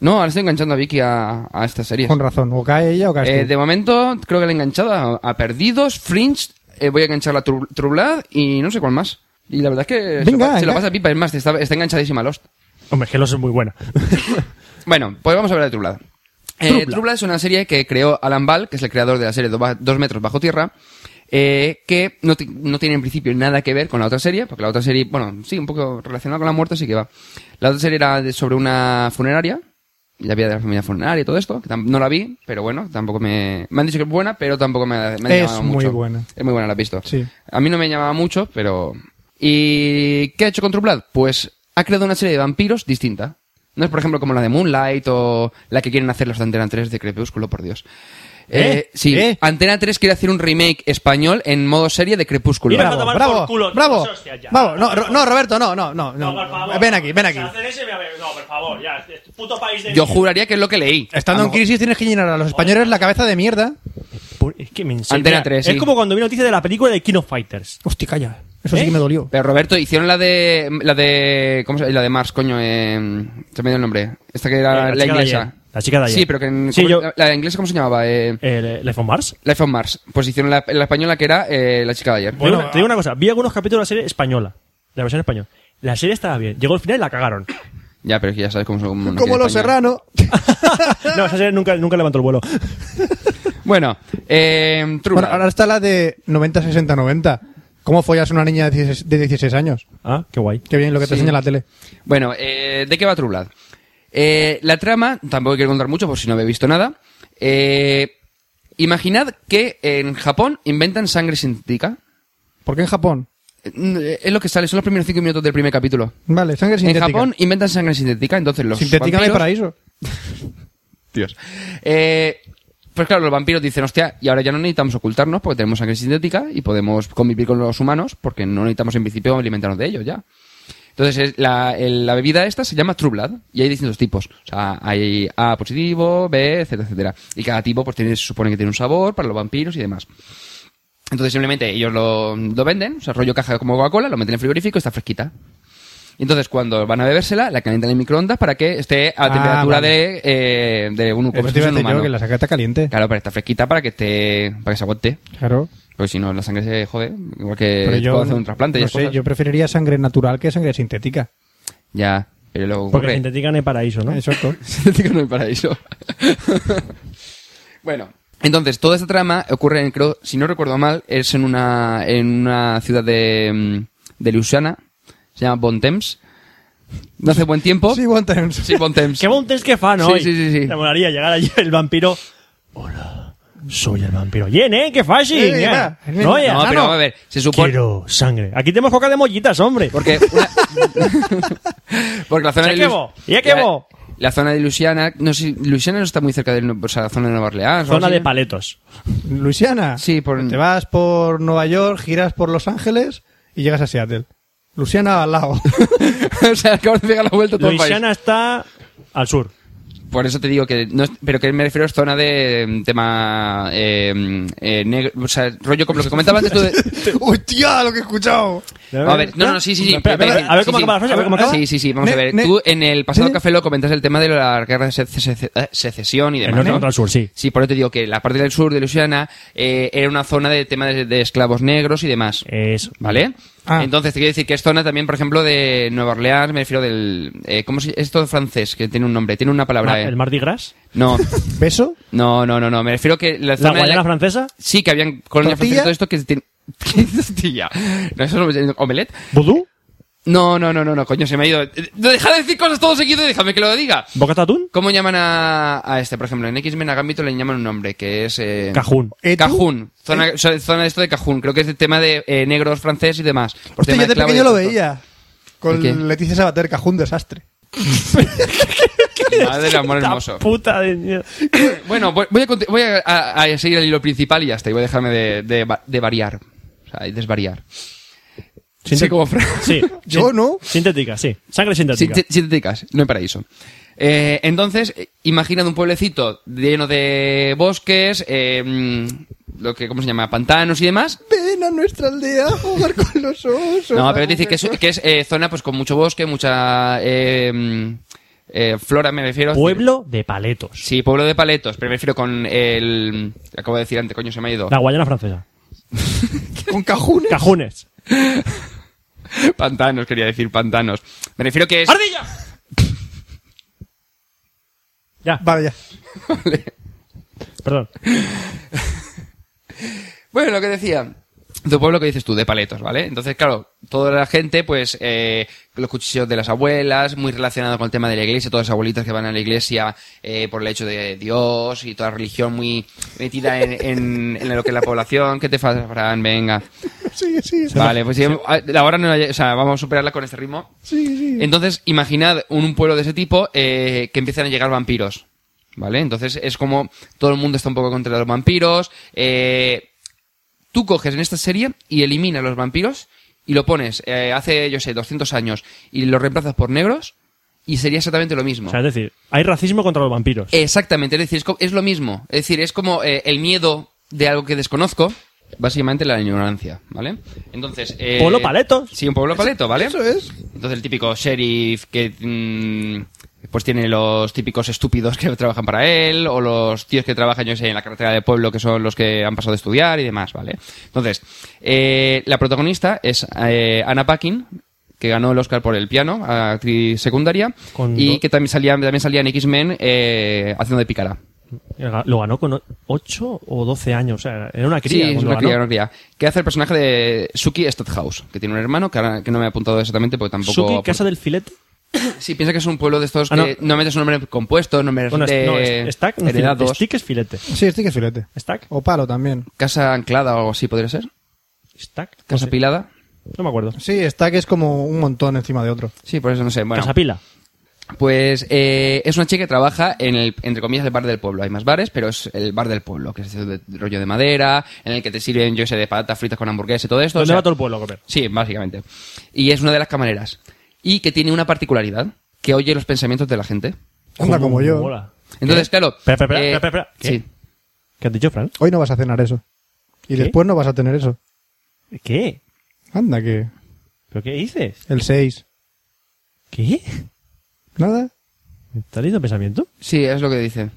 E: No, ahora estoy enganchando a Vicky a, a estas series.
A: Con razón. O cae ella o caes
E: Eh,
A: tú.
E: de momento, creo que la he enganchado a, a Perdidos, Fringe, eh, voy a enganchar a True, True Blood y no sé cuál más. Y la verdad es que se
A: Venga,
E: lo pa- se, lo
A: engan-
E: pasa pipa, es más, está, está enganchadísima a Lost.
C: Hombre, es que los es muy buena.
E: Bueno, pues vamos a hablar de Trubla. Eh,
C: Trubla.
E: Trubla es una serie que creó Alan Ball, que es el creador de la serie Do- Ba- Dos metros bajo tierra, eh, que no, ti- no tiene en principio nada que ver con la otra serie, porque la otra serie, bueno, sí, un poco relacionada con la muerte, sí que va. La otra serie era de- sobre una funeraria, la vida de la familia funeraria y todo esto, que tam- no la vi, pero bueno, tampoco me... Me han dicho que es buena, pero tampoco me, ha- me ha
A: Es
E: llamado
A: muy
E: mucho.
A: buena.
E: Es muy buena, la has visto.
A: Sí.
E: A mí no me llamaba mucho, pero... ¿Y qué ha hecho con True Blood? Pues ha creado una serie de vampiros distinta. No es, por ejemplo, como la de Moonlight o la que quieren hacer los de Antena 3 de Crepúsculo, por Dios.
C: ¿Eh?
E: sí,
C: ¿Eh?
E: Antena 3 quiere hacer un remake español en modo serie de Crepúsculo.
C: Mira,
A: Bravo,
C: tomar
A: bravo,
C: por culo.
A: bravo.
C: No, hostia, ya.
A: Vamos, no, Ro- no, Roberto, no, no, no, no.
C: No, por favor.
A: Ven aquí, ven
C: O
A: aquí.
C: sea, hacer ese, a ver, no, por favor, ya. este Puto país de.
E: Yo juraría que es lo que leí.
A: Estando
E: A
A: en
E: lo mejor-
A: crisis tienes que llenar a los españoles la cabeza de mierda.
C: Por- Es que me enseña.
E: Antena 3,
C: Es
E: sí.
C: como cuando vi noticia de la película de King of Fighters.
A: Hostia, calla. Eso sí
C: ¿Eh?
A: que me dolió.
E: Pero Roberto, hicieron la de... La de... ¿Cómo se La de Mars, coño. eh, se me dio el nombre. Esta que
C: Eh,
E: era la,
C: chica de
E: inglesa.
C: ayer. La chica de ayer.
E: Sí, pero que... en-
C: Sí,
E: ¿cómo-
C: yo.
E: La la inglesa, ¿cómo se llamaba? Eh,
C: Eh, ¿Life on Mars?
E: Life on Mars. Pues hicieron la, la española que era eh, la chica de ayer.
C: Te digo una- te digo una cosa, vi algunos capítulos de la serie española, de la versión española. La serie estaba bien, llegó al final y la cagaron.
E: Ya, pero es que ya sabes cómo son. no
A: Como
E: quiere
A: los
E: español.
A: serrano.
C: no, esa serie nunca, nunca levantó el vuelo.
E: Bueno, eh, True
A: Bueno,
E: Blood.
A: ahora está la de 90-60-90. ¿Cómo follas a una niña de 16, de 16 años?
C: Ah, qué guay.
A: Qué bien lo que te
E: Sí.
A: enseña la tele.
E: Bueno, eh, ¿de qué va True Blood? Eh, la trama, tampoco quiero contar mucho por si no habéis visto nada. Eh, imaginad que en Japón inventan sangre sintética.
A: ¿Por qué en Japón?
E: Eh, eh, Es lo que sale, son los primeros cinco minutos del primer capítulo.
A: Vale, sangre sintética.
E: En Japón inventan sangre sintética, entonces los
A: Sintética no hay
E: vampiros-
A: paraíso.
E: Dios. Eh, pues claro, los vampiros dicen, hostia, y ahora ya no necesitamos ocultarnos porque tenemos sangre sintética y podemos convivir con los humanos porque no necesitamos en principio alimentarnos de ellos ya. Entonces, es- la, el- la bebida esta se llama True Blood y hay distintos tipos. O sea, hay A positivo, B, etcétera, etcétera. Y cada tipo pues tiene, se supone que tiene un sabor para los vampiros y demás. Entonces, simplemente ellos lo, lo venden, o sea, rollo caja como Coca-Cola, lo meten en el frigorífico y está fresquita. Entonces, cuando van a bebérsela, la calientan en microondas para que esté a
A: Ah,
E: temperatura
A: vale.
E: de, eh, de un, como
A: Eso
E: si
A: te iba a
E: fuese
A: decir
E: un
A: yo,
E: humano.
A: que la sangre está caliente.
E: Claro, pero está fresquita para que esté, para que se aguante.
A: Claro.
E: Porque si no, la sangre se jode. Igual que
A: Pero
E: puedo
A: yo
E: hacer un trasplante y
A: no
E: esas
A: sé,
E: cosas.
A: yo preferiría sangre natural que sangre sintética.
E: Ya, pero luego
C: Porque
E: ocurre.
C: Sintética no hay paraíso, ¿no?
A: Exacto.
E: Sintético no hay paraíso. bueno, entonces, toda esta trama ocurre, en, creo, si no recuerdo mal, es en una, en una ciudad de, mm, de Luisiana. Se llama Bontemps. No hace buen tiempo.
A: Sí, one times.
E: Oh. Sí, Bontemps.
C: Qué buen test que fan
E: Sí,
C: hoy.
E: sí, sí, sí.
C: Te molaría llegar allí el vampiro. Hola, soy el vampiro. Bien, ¿eh? ¡Qué fácil!
A: Eh,
C: eh.
A: va, eh,
C: No, ya.
E: no, pero vamos a ver, se supone...
C: Quiero sangre. Aquí tenemos coca de mollitas, hombre.
E: Porque, una- porque la zona
C: Ya
E: de
C: que
E: Lus-
C: bo, ya que
E: la,
C: bo.
E: la zona de Luisiana, no sé, Luisiana no está muy cerca de o sea, la zona de Nueva Orleans. o
C: Zona
E: así.
C: de paletos.
A: Luisiana.
E: Sí, por-
A: Te vas por Nueva York, giras por Los Ángeles y llegas a Seattle. Luisiana al lado.
E: o sea, acabas de pegar la vuelta a todo
C: Luisiana está al sur.
E: el país. Por eso te digo que no es- pero que me refiero a zona de mm, tema eh, eh, negro, o sea, rollo como lo que comentaba antes tú de
A: ¡Hostia, lo que he escuchado!
E: A ver, no, no, sí, sí, sí.
C: Espera, espera,
E: espera,
C: a ver
E: sí,
C: cómo
E: sí.
C: acaba la frase, a ver cómo acaba.
E: Sí, sí, sí, vamos a
A: Ne-
E: ver.
A: ne-
E: Tú en el pasado
A: ne-
E: café lo comentas el tema de la guerra de se- se- se- eh, secesión y
C: El
E: demás.
C: norte
E: ¿no?
C: contra el sur, sí.
E: Sí, por eso te digo que la parte del sur de Luisiana eh, era una zona de tema de, de esclavos negros y demás.
C: Eso.
E: ¿Vale?
A: Ah.
E: Entonces, te quiero decir que es zona también, por ejemplo, de Nueva Orleans, me refiero del... Eh, ¿Cómo se Esto francés, que tiene un nombre, tiene una palabra.
C: Ma-
E: eh.
C: ¿El Mardi Gras?
E: No,
A: ¿Beso?
E: no, no, no, no, me refiero que la
C: ¿La
E: zona... de la-
C: Guayana francesa?
E: Sí, que habían colonias
A: ¿Tortilla?
E: francesas y todo esto que... tiene- ¿Qué tortilla? No, eso es omelette.
C: ¿Vudú?
E: No, no, no, no, no, coño, se me ha ido... Eh, Deja de decir cosas todo seguido y déjame que lo diga.
C: ¿Bocata atún?
E: ¿Cómo llaman a, a este, por ejemplo? En X-Men a Gambito le llaman un nombre, que es... Eh...
C: Cajún.
A: ¿Eh, tú?
E: Cajún, zona, o sea, zona de esto de Cajún, creo que es el tema de eh, negros, francés y demás. Por
A: Hostia,
E: tema
A: yo de
E: esclavo Pues y
A: pequeño lo
E: todo esto.
A: veía. Con
E: ¿El qué?
A: Leticia Sabater, cajón desastre.
E: Madre del amor hermoso.
C: Puta de mierda.
E: Bueno, voy, voy a, conti- voy a- a- a seguir el hilo principal y ya está. Y voy a dejarme de, de va- de variar. O sea, y desvariar. Sí, como Fran.
C: Sí.
A: Yo
C: Sin-
A: no.
C: Sintética, sí. Sangre sintética.
E: Sinte- Sintéticas, no hay paraíso. Eh, entonces, eh, imaginad un pueblecito lleno de bosques, eh, mm, lo que, ¿cómo se llama? Pantanos y demás.
A: Ven a nuestra aldea a jugar con los osos.
E: No, pero dice que es, que es eh, zona pues con mucho bosque, mucha eh, mm, eh, flora, me refiero.
C: Pueblo de paletos.
E: Sí, pueblo de paletos, pero me refiero con el... Acabo de decir antes, coño, se me ha ido.
C: La Guayana francesa.
A: Con cajunes.
C: Cajunes.
E: Pantanos, quería decir pantanos. Me refiero que es...
C: ¡Ardilla! Ya,
A: Vale, ya.
C: perdón.
E: Bueno, lo que decía. Tu pueblo que dices tú, de paletos, ¿vale? Entonces, claro, toda la gente, pues, eh, los cuchillos de las abuelas, muy relacionado con el tema de la iglesia, todas las abuelitas que van a la iglesia eh, por el hecho de Dios y toda la religión muy metida en, en- en lo que es la población. ¿Qué te pasa, Fran? Venga.
A: Sigue, sigue.
E: Vale, pues sí, ahora no, la- o sea, vamos a superarla con este ritmo.
A: Sigue, sigue.
E: Entonces, imaginad un pueblo de ese tipo eh, que empiezan a llegar vampiros, ¿vale? Entonces es como todo el mundo está un poco contra los vampiros. eh, tú coges en esta serie y eliminas los vampiros y lo pones eh, hace, yo sé, 200 años y lo reemplazas por negros y sería exactamente lo mismo.
C: O sea, es decir, hay racismo contra los vampiros.
E: Eh. Exactamente, es decir, es, co- es lo mismo. Es decir, es como eh, el miedo de algo que desconozco, básicamente la ignorancia, ¿vale? Entonces... eh,
C: Pueblo paleto.
E: Sí, un pueblo paleto, ¿vale?
A: Eso es.
E: Entonces el típico sheriff que mm, pues tiene los típicos estúpidos que trabajan para él o los tíos que trabajan, yo sé, en la carretera de pueblo que son los que han pasado de estudiar y demás, ¿vale? Entonces, eh, la protagonista es eh, Anna Paquin que ganó el Oscar por el piano, actriz secundaria,
C: Con
E: y
C: do-
E: que también salía, también salía en X-Men eh, haciendo de pícara.
C: Lo ganó con 8 o 12 años. O sea, era una cría.
E: Sí, es
C: cuando
E: una
C: lo
E: cría,
C: ganó.
E: una cría. Que hace el personaje de Suki Stadhouse, que tiene un hermano que, ahora- que no me he apuntado exactamente porque tampoco...
C: Suki, Casa del Filete.
E: Sí, piensa que es un pueblo de estos
C: Ah,
E: que no. metes un nombre compuesto, nombres
C: Bueno, es-
E: de
C: no, es- Stack. no,
E: heredados.
C: Stick es filete.
A: Sí, este que es filete.
C: Stack.
A: O palo también.
E: Casa anclada o algo así podría ser.
C: Stack. no
E: Casa
C: sé,
E: pilada.
C: No me acuerdo.
A: Sí, está que es como un montón encima de otro.
E: Sí, por eso no sé. Bueno,
C: Casa Pila.
E: pues eh, es una chica que trabaja en el, entre comillas, el bar del pueblo. Hay más bares, pero es el bar del pueblo, que es de rollo de madera, en el que te sirven, yo sé, de patatas fritas con hamburguesas y todo esto. o
C: Donde
E: sea,
C: va todo el pueblo a comer.
E: Sí, básicamente. Y es una de las camareras. Y que tiene una particularidad, que oye los pensamientos de la gente.
A: Anda como yo.
C: Mola.
E: Entonces, claro...
C: Espera, espera,
E: eh,
C: espera, espera, espera.
E: Sí.
C: ¿Qué has dicho, Fran?
A: Hoy no vas a cenar eso. Y
C: ¿Qué?
A: después no vas a tener eso.
C: ¿Qué?
A: Anda que...
C: ¿Pero qué dices?
A: El 6.
C: ¿Qué?
A: ¿Nada?
C: ¿Me ¿Estás leyendo pensamiento?
E: Sí, es lo que dice.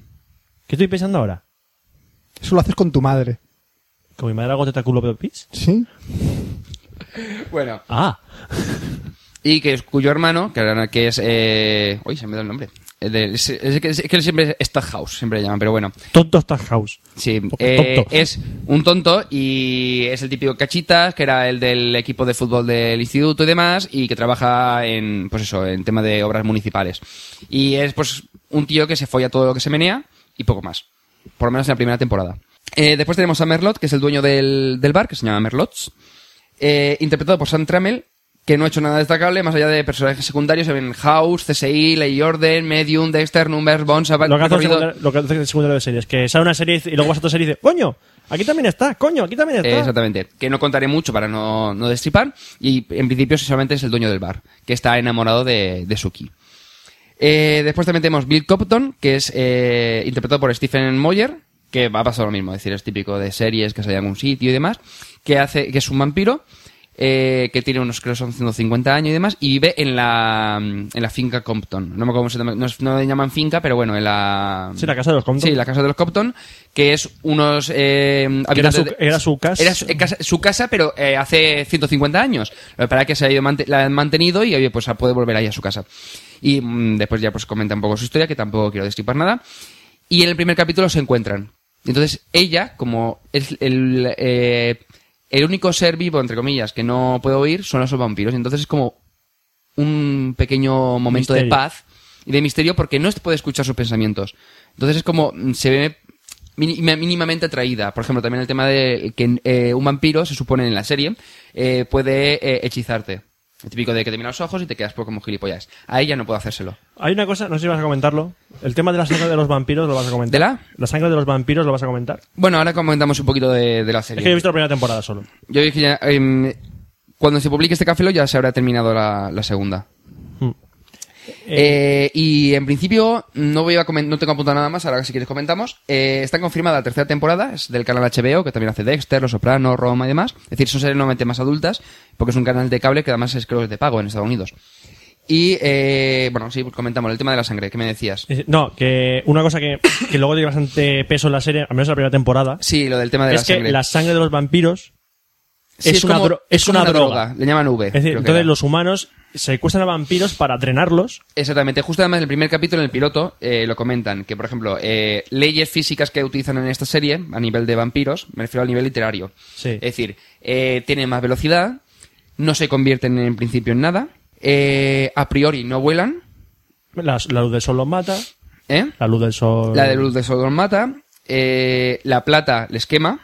C: ¿Qué estoy pensando ahora?
A: Eso lo haces con tu madre.
C: ¿Con mi madre hago tetaculo de pis?
A: ¿Sí?
E: Bueno,
C: Ah,
E: y que es cuyo hermano, que, era- que es... Eh, uy, se me da el nombre. Eh, de- es, es que- es que él siempre es House, siempre le llaman, pero bueno.
C: tonto Stack House.
E: Sí,
C: Porque
E: eh,
C: tonto.
E: es un tonto y es el típico cachitas, que era el del equipo de fútbol del instituto y demás, y que trabaja en, pues eso, en tema de obras municipales. Y es pues un tío que se folla todo lo que se menea y poco más. Por lo menos en la primera temporada. Eh, después tenemos a Merlot, que es el dueño del, del bar, que se llama Merlots, eh, interpretado por Sam Trammell, que no ha hecho nada destacable, más allá de personajes secundarios en House, CSI, Ley y Orden, Medium, Dexter, Numbers, Bones, Abad-
C: Lo que hace el
E: recorrido-
C: secundario- lo que hace el secundario de series. Que sale una serie y luego vas a otra serie y dices, coño, aquí también está, coño, aquí también está.
E: Eh, Exactamente. Que no contaré mucho para no, no destripar. Y en principio solamente es el dueño del bar, que está enamorado de, de Suki. Eh, después también tenemos Bill Copton, que es eh, interpretado por Stephen Moyer, que va a pasar lo mismo, es decir, es típico de series que sale en algún sitio y demás, que hace, que es un vampiro, eh, que tiene unos, creo que son 150 años y demás, y vive en la, en la finca Compton. No me acuerdo cómo se llama- no, es- no le llaman finca, pero bueno, en la...
C: Sí, la casa de los Compton.
E: Sí, la casa de los Compton, que es unos eh,
C: era su-
E: de-
C: era su casa.
E: Era su, eh, casa, su casa, pero eh, hace 150 años. Lo que pasa es que se ha ido mante- la han mantenido y oye, pues puede volver ahí a su casa. Y mm, después ya pues comenta un poco su historia, que tampoco quiero destripar nada. Y en el primer capítulo se encuentran. Entonces ella, como es el, eh, el único ser vivo, entre comillas, que no puede oír, son los vampiros. Entonces es como un pequeño momento de
C: Misterio.
E: paz y de misterio porque no se puede escuchar sus pensamientos. Entonces es como mm, se ve mini- mínimamente atraída. Por ejemplo, también el tema de que eh, un vampiro, se supone en la serie, eh, puede eh, hechizarte. El típico de que te mira los ojos y te quedas por como gilipollas. A ella no puede hacérselo.
C: Hay una cosa, no sé si vas a comentarlo. El tema de la sangre de los vampiros lo vas a comentar.
E: ¿De la?
C: La sangre de los vampiros lo vas a comentar.
E: Bueno, ahora comentamos un poquito de, de la
C: Es
E: serie.
C: que he visto la primera temporada solo.
E: Yo dije ya, em, cuando se publique este café Lock ya se habrá terminado la, la segunda.
C: Mm.
E: Eh, y en principio no voy a comen- no tengo apuntado nada más, ahora si quieres comentamos. Eh, está confirmada la tercera temporada, es del canal HBO, que también hace Dexter, Los Soprano, Roma y demás. Es decir, son series normalmente más adultas, porque es un canal de cable que además es creo que es de pago en Estados Unidos. Y eh, bueno, sí, pues comentamos el tema de la sangre, ¿qué me decías?
C: Eh, No, que una cosa que, que luego tiene bastante peso en la serie, al menos en la primera temporada,
E: Sí, lo del tema de
C: es
E: la
C: que
E: sangre.
C: la sangre de los vampiros
E: Sí,
C: es, una,
E: como-
C: dro- es
E: como
C: una droga.
E: Le llaman V.
C: Es decir,
E: creo que
C: entonces
E: era.
C: los humanos secuestran a vampiros para drenarlos.
E: Exactamente, justo además en el primer capítulo, en el piloto, eh, lo comentan, que por ejemplo, eh, leyes físicas que utilizan en esta serie, a nivel de vampiros, me refiero al nivel literario.
C: Sí.
E: Es decir, eh, tienen más velocidad, no se convierten en principio en nada, eh, a priori no vuelan,
C: Las- la luz del sol los mata.
E: ¿eh?
C: La luz del sol.
E: La de luz de Sodom mata, eh, la plata les quema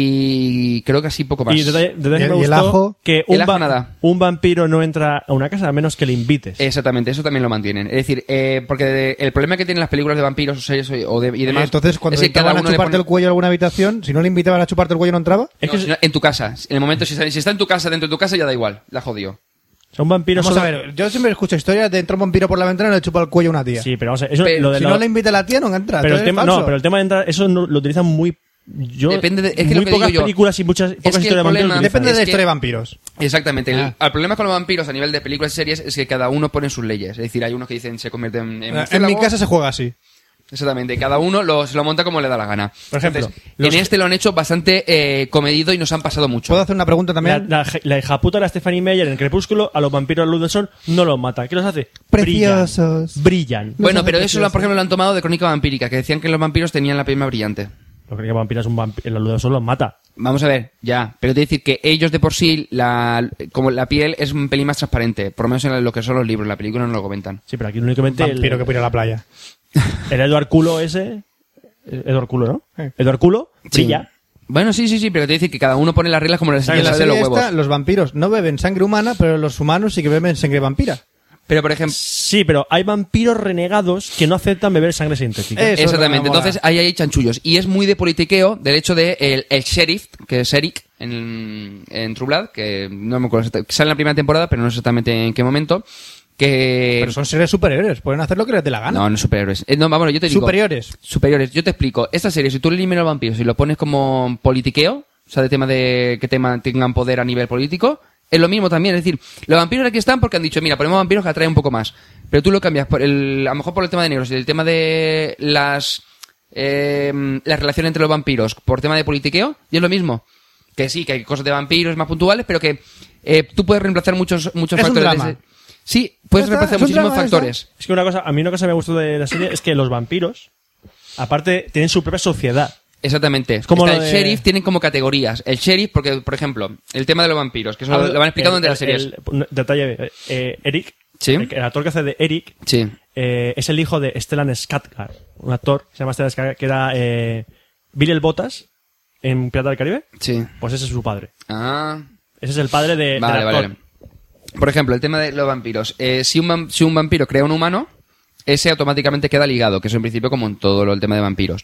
E: y creo que así poco más.
C: Y detalle, detalle que
G: Y el-
C: me
G: y el
C: gustó
G: ajo.
C: que un,
E: El ajo
C: va-
E: nada. Eh,
C: un vampiro no entra a una casa a menos que le invites.
E: Exactamente, eso también lo mantienen. Es decir, eh, porque de- el problema que tienen las películas de vampiros o series o de- y demás.
G: Entonces, cuando
E: es que cada
G: invitaban a
E: uno le
G: chuparte
E: pone-
G: el cuello a alguna habitación, si no le invitaban a chuparte el cuello, no entraba.
C: es que
E: No, si no, en tu casa. En el momento, si está, si está en tu casa, dentro de tu casa, ya da igual. La jodió.
C: son vampiros.
G: Vamos a
C: solo-
G: ver, yo siempre escucho historias de entra un vampiro por la ventana y le chupa el cuello a una tía.
C: Sí, pero vamos a ver, eso-
E: Pero
C: lo de
G: si
C: la-
G: no le invita a la tía, no entra.
C: pero el
G: entonces es
C: tema, no,
G: falso.
C: pero el tema de entrar, eso no- lo utilizan muy. Yo,
E: Depende de- es que lo
C: muy
E: que
C: pocas
E: digo yo,
C: películas y muchas pocas
E: que el
C: historias de vampiros.
E: problema-
C: utilizan.
G: Depende
E: Es
G: de la
E: que-
G: historia de vampiros.
E: Exactamente. El,
C: Ah.
E: el problema con los vampiros a nivel de películas y series es que cada uno pone sus leyes. Es decir, hay unos que dicen se convierten en.
G: Eh, En,
C: Ah,
E: murciélago.
G: mi casa se juega así.
E: Exactamente. Cada uno lo, se lo monta como le da la gana.
C: Por ejemplo,
E: Entonces,
C: los-
E: en este lo han hecho bastante eh, comedido y nos han pasado mucho.
G: ¿Puedo hacer una pregunta
C: La,
G: también?
C: la, je- la hija puta, la Stephanie Meyer en el Crepúsculo, a los vampiros a la luz del sol no los mata. ¿Qué los hace? Brillan.
G: Preciosos.
C: Brillan.
E: Bueno,
G: hace
E: pero eso, lo-
G: precioso.
E: por ejemplo, lo han tomado de Crónica Vampírica, que decían que los vampiros tenían la pierna brillante.
C: No creo que vampiros un vampiro, la luz del sol los mata.
E: Vamos a ver, ya. Pero te decir que ellos de por sí, la, como la piel es un pelín más transparente, por lo menos en lo que son los libros, en la película no lo comentan.
C: Sí, pero aquí únicamente el,
G: Vampiro que puede ir a la playa.
C: el Edward Culo ese. eh, Edward Culo, ¿no?
G: Eh.
C: Edward Culo
E: Sí.
C: brilla.
E: Bueno, sí, sí, sí, pero te decir que cada uno pone las reglas como les
G: Y en
E: sale
G: la
E: de los
G: serie
E: huevos.
G: esta, los vampiros no beben sangre humana, pero los humanos sí que beben sangre vampira.
E: Pero por ejemplo,
C: Sí, pero hay vampiros renegados que no aceptan beber sangre sintética.
G: Eh, Eso es lo que
E: exactamente.
G: me mola.
E: Entonces ahí hay chanchullos. Y es muy de politiqueo del hecho de el, el sheriff, que es Eric en, en True Blood, que no me acuerdo, exacta- sale en la primera temporada, pero no sé exactamente en qué momento, que...
G: Pero son seres superhéroes, pueden hacer lo que les dé la gana.
E: Eh, No, no superhéroes. Eh, no, vamos, yo te digo...
G: Superiores.
E: Superiores. Yo te explico. Esta serie, si tú eliminas a los vampiros y lo pones como politiqueo, o sea, de tema de que tema tengan poder a nivel político, es lo mismo también. Es decir, los vampiros aquí están porque han dicho, mira, ponemos vampiros que atraen un poco más. Pero tú lo cambias, por el, a lo mejor por el tema de negros y el tema de las, eh, la relación entre los vampiros por tema de politiqueo, y es lo mismo. Que sí, que hay cosas de vampiros más puntuales, pero que eh, tú puedes reemplazar muchos, muchos
G: Es un
E: factores. de
G: drama.
E: ese- Sí, puedes
G: Ya está,
E: reemplazar
G: es un
E: muchísimos
G: drama, ya está.
E: factores.
C: Es que una cosa, a mí una cosa que me gustó de la serie es que los vampiros, aparte, tienen su propia sociedad.
E: Exactamente.
C: como
E: Está
C: lo
E: el
C: de-
E: sheriff tienen como categorías. El sheriff, porque, por ejemplo, el tema de los vampiros, que eso lo, lo van explicando
C: El-
E: entre las
C: el-
E: series.
C: el- no, detalle, eh, eh, Eric,
E: Sí.
C: el, el actor que hace de Eric,
E: Sí.
C: eh, es el hijo de Stellan Skarsgård, un actor que se llama Stellan Skarsgård, que era eh, Billy el Botas en Pirata del Caribe.
E: Sí.
C: Pues ese es su padre.
E: Ah.
C: Ese es el padre de,
E: Vale,
C: del actor.
E: vale. Por ejemplo, el tema de los vampiros. Eh, si, un vam- si un vampiro crea un humano, ese automáticamente queda ligado, que eso en principio como en todo lo- el tema de vampiros.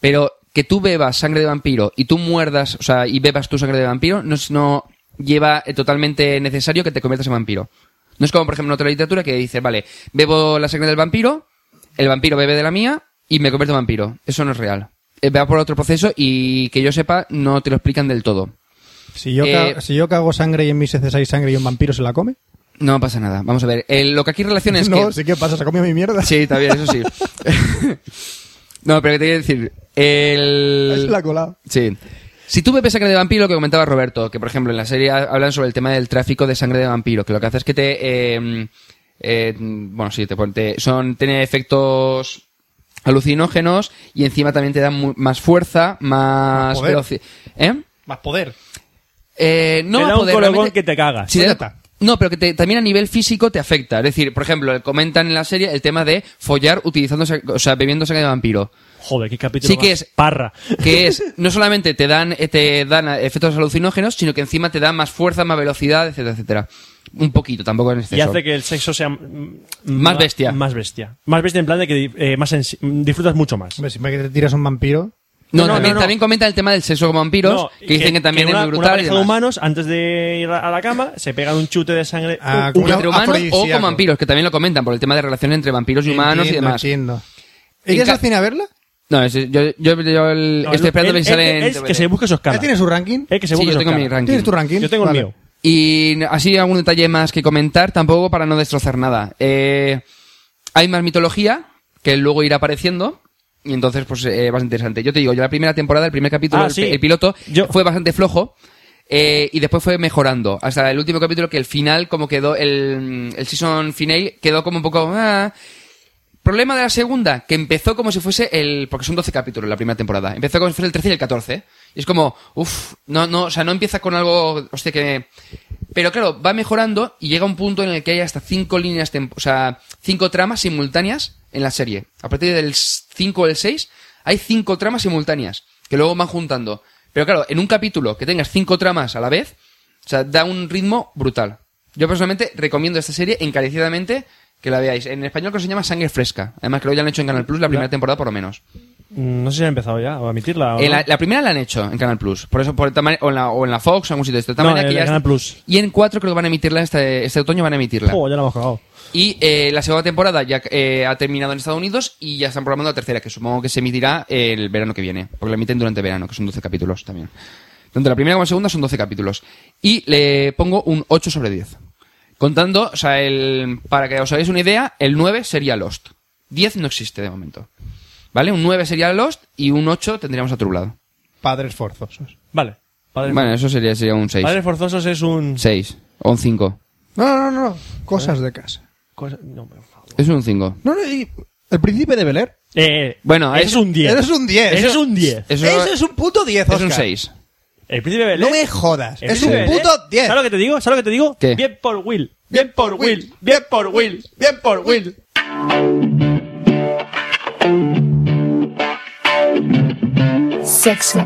E: Pero que tú bebas sangre de vampiro y tú muerdas, o sea, y bebas tu sangre de vampiro, no, es- no lleva eh, totalmente necesario que te conviertas en vampiro. No es como, por ejemplo, en otra literatura que dice, vale, bebo la sangre del vampiro, el vampiro bebe de la mía y me convierto en vampiro. Eso no es real. Eh, Va por otro proceso y que yo sepa, no te lo explican del todo.
G: Si yo,
E: Eh,
G: ca- si yo cago sangre y en mis heces hay sangre y un vampiro se la come.
E: No pasa nada. Vamos a ver. Eh, lo que aquí relaciona es
G: no,
E: que...
G: sí que pasa, se ha comido mi mierda.
E: Sí, está bien, eso sí. no, pero que te quiero decir.
G: Es
E: El...
G: la colada.
E: Sí. Si tú bebes sangre de vampiro, lo que comentaba Roberto, que por ejemplo en la serie ha- hablan sobre el tema del tráfico de sangre de vampiro, que lo que hace es que te. eh, eh, bueno, sí, te, pon- te- son, tiene efectos alucinógenos y encima también te dan mu- más fuerza, más.
G: Más poder.
E: veloci- ¿Eh?
G: Más poder.
E: Eh, no
C: Te
E: va
C: da
E: a
C: un
E: poder,
C: colocón
E: realmente-
C: que te cagas.
E: Sí,
G: Pues
E: da-
G: ya está.
E: no, pero que te- también a nivel físico te afecta. Es decir, por ejemplo, comentan en la serie el tema de follar utilizando, sa- o sea, bebiendo sangre de vampiro.
C: Joder, qué capítulo
E: Sí que
C: más
E: es-
C: parra.
E: Que es, no solamente te dan, eh, te dan efectos alucinógenos, sino que encima te dan más fuerza, más velocidad, etcétera, etcétera. Un poquito, tampoco en exceso.
C: Y hace que el sexo sea mm,
E: Más
C: ma-
E: bestia.
C: Más bestia. Más bestia en plan de que eh, más sensi- disfrutas mucho más.
G: Hombre, siempre que te tiras a un vampiro.
E: No,
C: No, no, no,
E: también,
C: no.
E: también comentan el tema del sexo con vampiros,
C: No,
E: que dicen que, también
C: una-
E: es muy
C: una
E: brutal. y
C: pareja de
E: demás.
C: humanos, antes de ir a la cama, se pegan un chute de sangre.
G: Ah,
C: un-
G: como
C: un-
E: Entre humanos o
G: afrodisíaco.
E: con vampiros, que también lo comentan por el tema de relación entre vampiros y humanos
G: Entiendo,
E: y demás.
G: Entiendo.
E: En
G: ¿Ella se
E: ca-
G: al cine a verla?
E: No, es- yo, yo- yo el-
C: no,
E: estoy esperando
C: él-
E: que sale
C: él-
E: en
C: él
E: DVD.
C: que se busque esos
G: ¿Ya
C: caras.
G: tiene su ranking?
C: Él que se
E: Sí,
C: busque
E: yo
C: esos
E: tengo mi
C: caras.
E: ranking.
G: ¿Tienes tu ranking?
C: Yo tengo
G: Vale.
C: el mío.
E: Y así algún detalle más que comentar, tampoco para no destrozar nada. Eh, hay más mitología que luego irá apareciendo. Y entonces, pues, eh, bastante interesante. Yo te digo, yo la primera temporada, el primer capítulo,
C: Ah,
E: el,
C: sí.
E: el piloto,
C: Yo-
E: fue bastante flojo. Eh, y después fue mejorando. Hasta el último capítulo que el final, como quedó, el, el season final, quedó como un poco... ah. Problema de la segunda, que empezó como si fuese el... Porque son 12 capítulos la primera temporada. Empezó como si fuese el 13 y el 14. Y es como, uff, no, no, o sea, no empieza con algo, hostia, que... Pero claro, va mejorando y llega un punto en el que hay hasta cinco líneas, tem- o sea, cinco tramas simultáneas en la serie. A partir del 5 o el 6, hay cinco tramas simultáneas, que luego van juntando. Pero claro, en un capítulo que tengas cinco tramas a la vez, o sea, da un ritmo brutal. Yo personalmente recomiendo esta serie encarecidamente que la veáis. En español creo que se llama Sangre Fresca. Además, creo que ya la han hecho en Canal Plus la primera temporada por lo menos.
C: Mm, No sé si ha empezado ya, o a emitirla. o
E: Eh,
C: no.
E: la, la primera la han hecho en Canal Plus. Por eso, por el tamaño, o en la, o en la Fox o en algún sitio de este
C: No,
E: tamaño.
C: en
E: que ya
C: Canal
E: es-
C: Plus.
E: Y en 4 creo que van a emitirla este, este otoño, van a emitirla.
C: Oh, ya la hemos cagado.
E: Y eh, la segunda temporada ya eh, ha terminado en Estados Unidos y ya están programando la tercera, que supongo que se emitirá el verano que viene. Porque la emiten durante verano, que son 12 capítulos también. Tanto la primera como la segunda son 12 capítulos. Y le pongo un 8 sobre 10. Contando, o sea, el, para que os hagáis una idea, el 9 sería Lost. 10 no existe de momento. ¿Vale? Un 9 sería Lost y un 8 tendríamos a Trublado.
A: Padres forzosos.
C: Vale. Padres,
E: Bueno, eso sería, sería un 6.
C: Padres Forzosos es un...
E: 6 o un 5.
A: No, no, no.
G: Eh.
A: Cosas de casa.
C: cosa- no, por favor.
E: Es un 5.
A: No, no, y el príncipe de Beler.
C: Eh,
E: Bueno,
C: ese
E: es-
C: es un 10.
A: Eres un 10.
C: Ese es un 10.
E: Eso-
A: Eso es un puto 10,
E: Es un
A: Oscar.
E: 6.
C: El Príncipe Belén.
A: No me jodas.
C: El
A: Es
C: Príncipe
A: un
C: Belén-
A: puto 10.
C: ¿Sabes lo que te digo? ¿Sabes lo que te digo?
E: ¿Qué?
C: Bien por Will. Bien por Will. Bien por Will. Bien por Will.
D: sexo,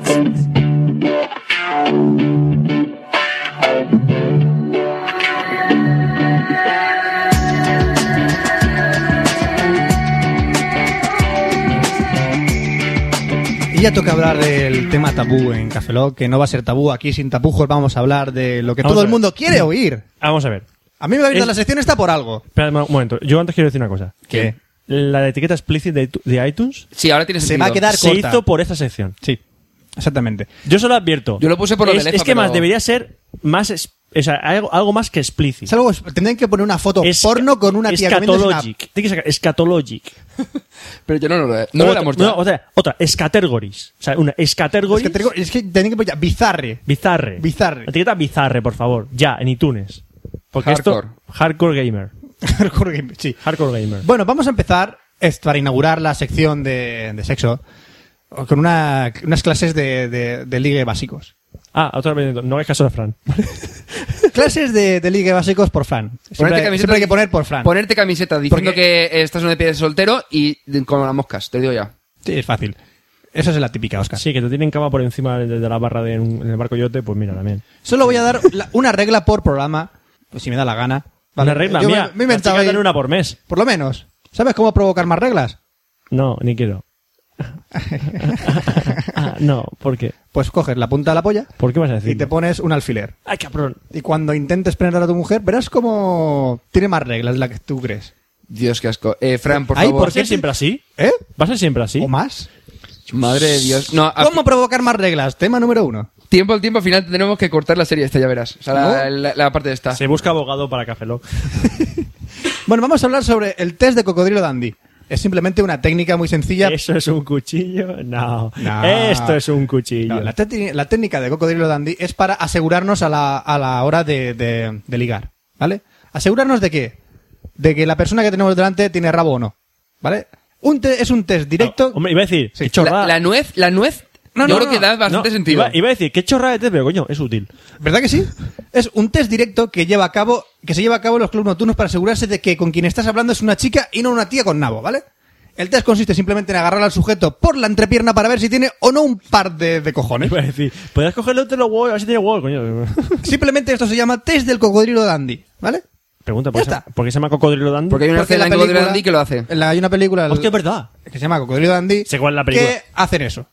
A: Y ya toca hablar del tema tabú en Café Lock, que no va a ser tabú. Aquí sin tapujos vamos a hablar de lo que
C: Vamos
A: todo
C: a
A: el
C: ver.
A: mundo quiere oír.
C: Vamos a ver.
A: A mí me va a venir
C: Es-
A: la sección esta por algo.
C: Espera un momento. Yo antes quiero decir una cosa.
A: ¿Qué?
C: La etiqueta explicit de, de iTunes
E: Sí, ahora tiene
A: Se
E: sentido.
A: va a quedar
C: se
A: corta.
C: hizo por esta sección.
A: Sí, exactamente.
C: Yo solo advierto.
E: Yo lo puse por lo
C: es,
E: de Lefa,
C: Es que
E: pero-
C: más, debería ser más. es- o sea, algo, algo más que explícito.
A: Es algo, tendrían que poner una foto
C: Es-
A: porno con una tía comiéndose una...
C: escatologic. Tiene que sacar escatologic.
E: Pero yo no lo he- no lo
C: otra,
E: hemos
C: no,
E: dado.
C: otra, otra, escatergories. O sea, una
A: Es
C: escatergories.
A: que, te digo- es que tendrían que poner ya, bizarre.
C: Bizarre.
A: Bizarre.
C: La etiqueta bizarre, por favor. Ya, en iTunes. Porque
E: Hardcore.
C: esto. Hardcore gamer.
A: Hardcore Game, sí.
C: Hardcore gamer.
A: Bueno, vamos a empezar es- para inaugurar la sección de, de sexo con una- unas clases de, de- de ligue básicos.
C: Ah, otra vez. No hagas caso de Fran.
A: clases de, de ligue básicos por Fran. Siempre,
E: Ponerte camiseta-
A: siempre hay que poner por Fran.
E: Ponerte camiseta diciendo que estás en una pie de soltero y de- como las moscas, te lo digo ya.
A: Sí, es fácil. Esa es la típica, Oscar.
C: Ah. Sí, que te tienen cama por encima de, de la barra de un- en el barco yote, pues mira también.
A: Solo voy a dar la- una regla por programa, pues si me da la gana. Vale,
C: Una regla
A: yo me-
C: mía.
A: me he
C: Las
A: inventado
C: chicas
A: ahí,
C: dan una por mes.
A: Por lo menos. ¿Sabes cómo provocar más reglas?
C: No, ni quiero. Ah, no, ¿por qué?
A: Pues coges la punta de la polla
C: ¿Por qué vas a decir?
A: y te pones un alfiler.
C: Ay, cabrón.
A: Y cuando intentes prender a tu mujer, verás cómo tiene más reglas de las que tú crees.
E: Dios, qué asco. Eh, Fran, por
A: Ay,
E: favor.
C: ¿Va a ser siempre así?
A: ¿Eh?
C: ¿Va a ser siempre así?
A: ¿O más?
E: Madre de Dios. No, a-
A: ¿Cómo provocar más reglas? Tema número uno.
E: tiempo al tiempo, al final tendremos que cortar la serie esta, ya verás. O sea, la, la- la parte de esta.
C: Se busca abogado para Café Lock.
A: Bueno, vamos a hablar sobre el test de cocodrilo dandy. Es simplemente una técnica muy sencilla.
C: ¿Eso es un cuchillo? No.
A: No.
C: Esto es un cuchillo.
A: No, la, tecni- la técnica de cocodrilo dandy es para asegurarnos a la, a la hora de, de- de ligar, ¿vale? Asegurarnos de qué? De que la persona que tenemos delante tiene rabo o no, ¿vale? Un te- es un test directo.
C: Hombre, iba a decir,
A: Sí.
C: qué
E: la,
C: chorrada.
E: la nuez, la nuez,
A: No, no,
E: yo creo
A: no,
E: que da
A: no,
E: bastante
C: No,
E: sentido.
C: Iba, iba a decir, qué chorrada de test, pero coño, es útil.
A: ¿Verdad que sí? Es un test directo que lleva a cabo, que se lleva a cabo en los clubes nocturnos para asegurarse de que con quien estás hablando es una chica y no una tía con nabo, ¿vale? El test consiste simplemente en agarrar al sujeto por la entrepierna para ver si tiene o no un par de, de cojones.
C: Iba a decir, podrías cogerlo entre los huevos, a ver si tiene huevos, coño.
A: Simplemente esto se llama test del cocodrilo dandy, ¿vale?
C: Pregunta, ¿por,
A: Ya
C: qué se,
A: está.
C: por qué se llama cocodrilo dando?
E: Porque hay una
A: Porque
E: escena
A: la
E: en Cocodrilo
A: película-
E: Dandy que lo hace.
A: en la- hay una película el-
C: Hostia, es verdad.
A: que se llama Cocodrilo Dandy.
C: Sé cuál es la película.
A: Que hacen eso.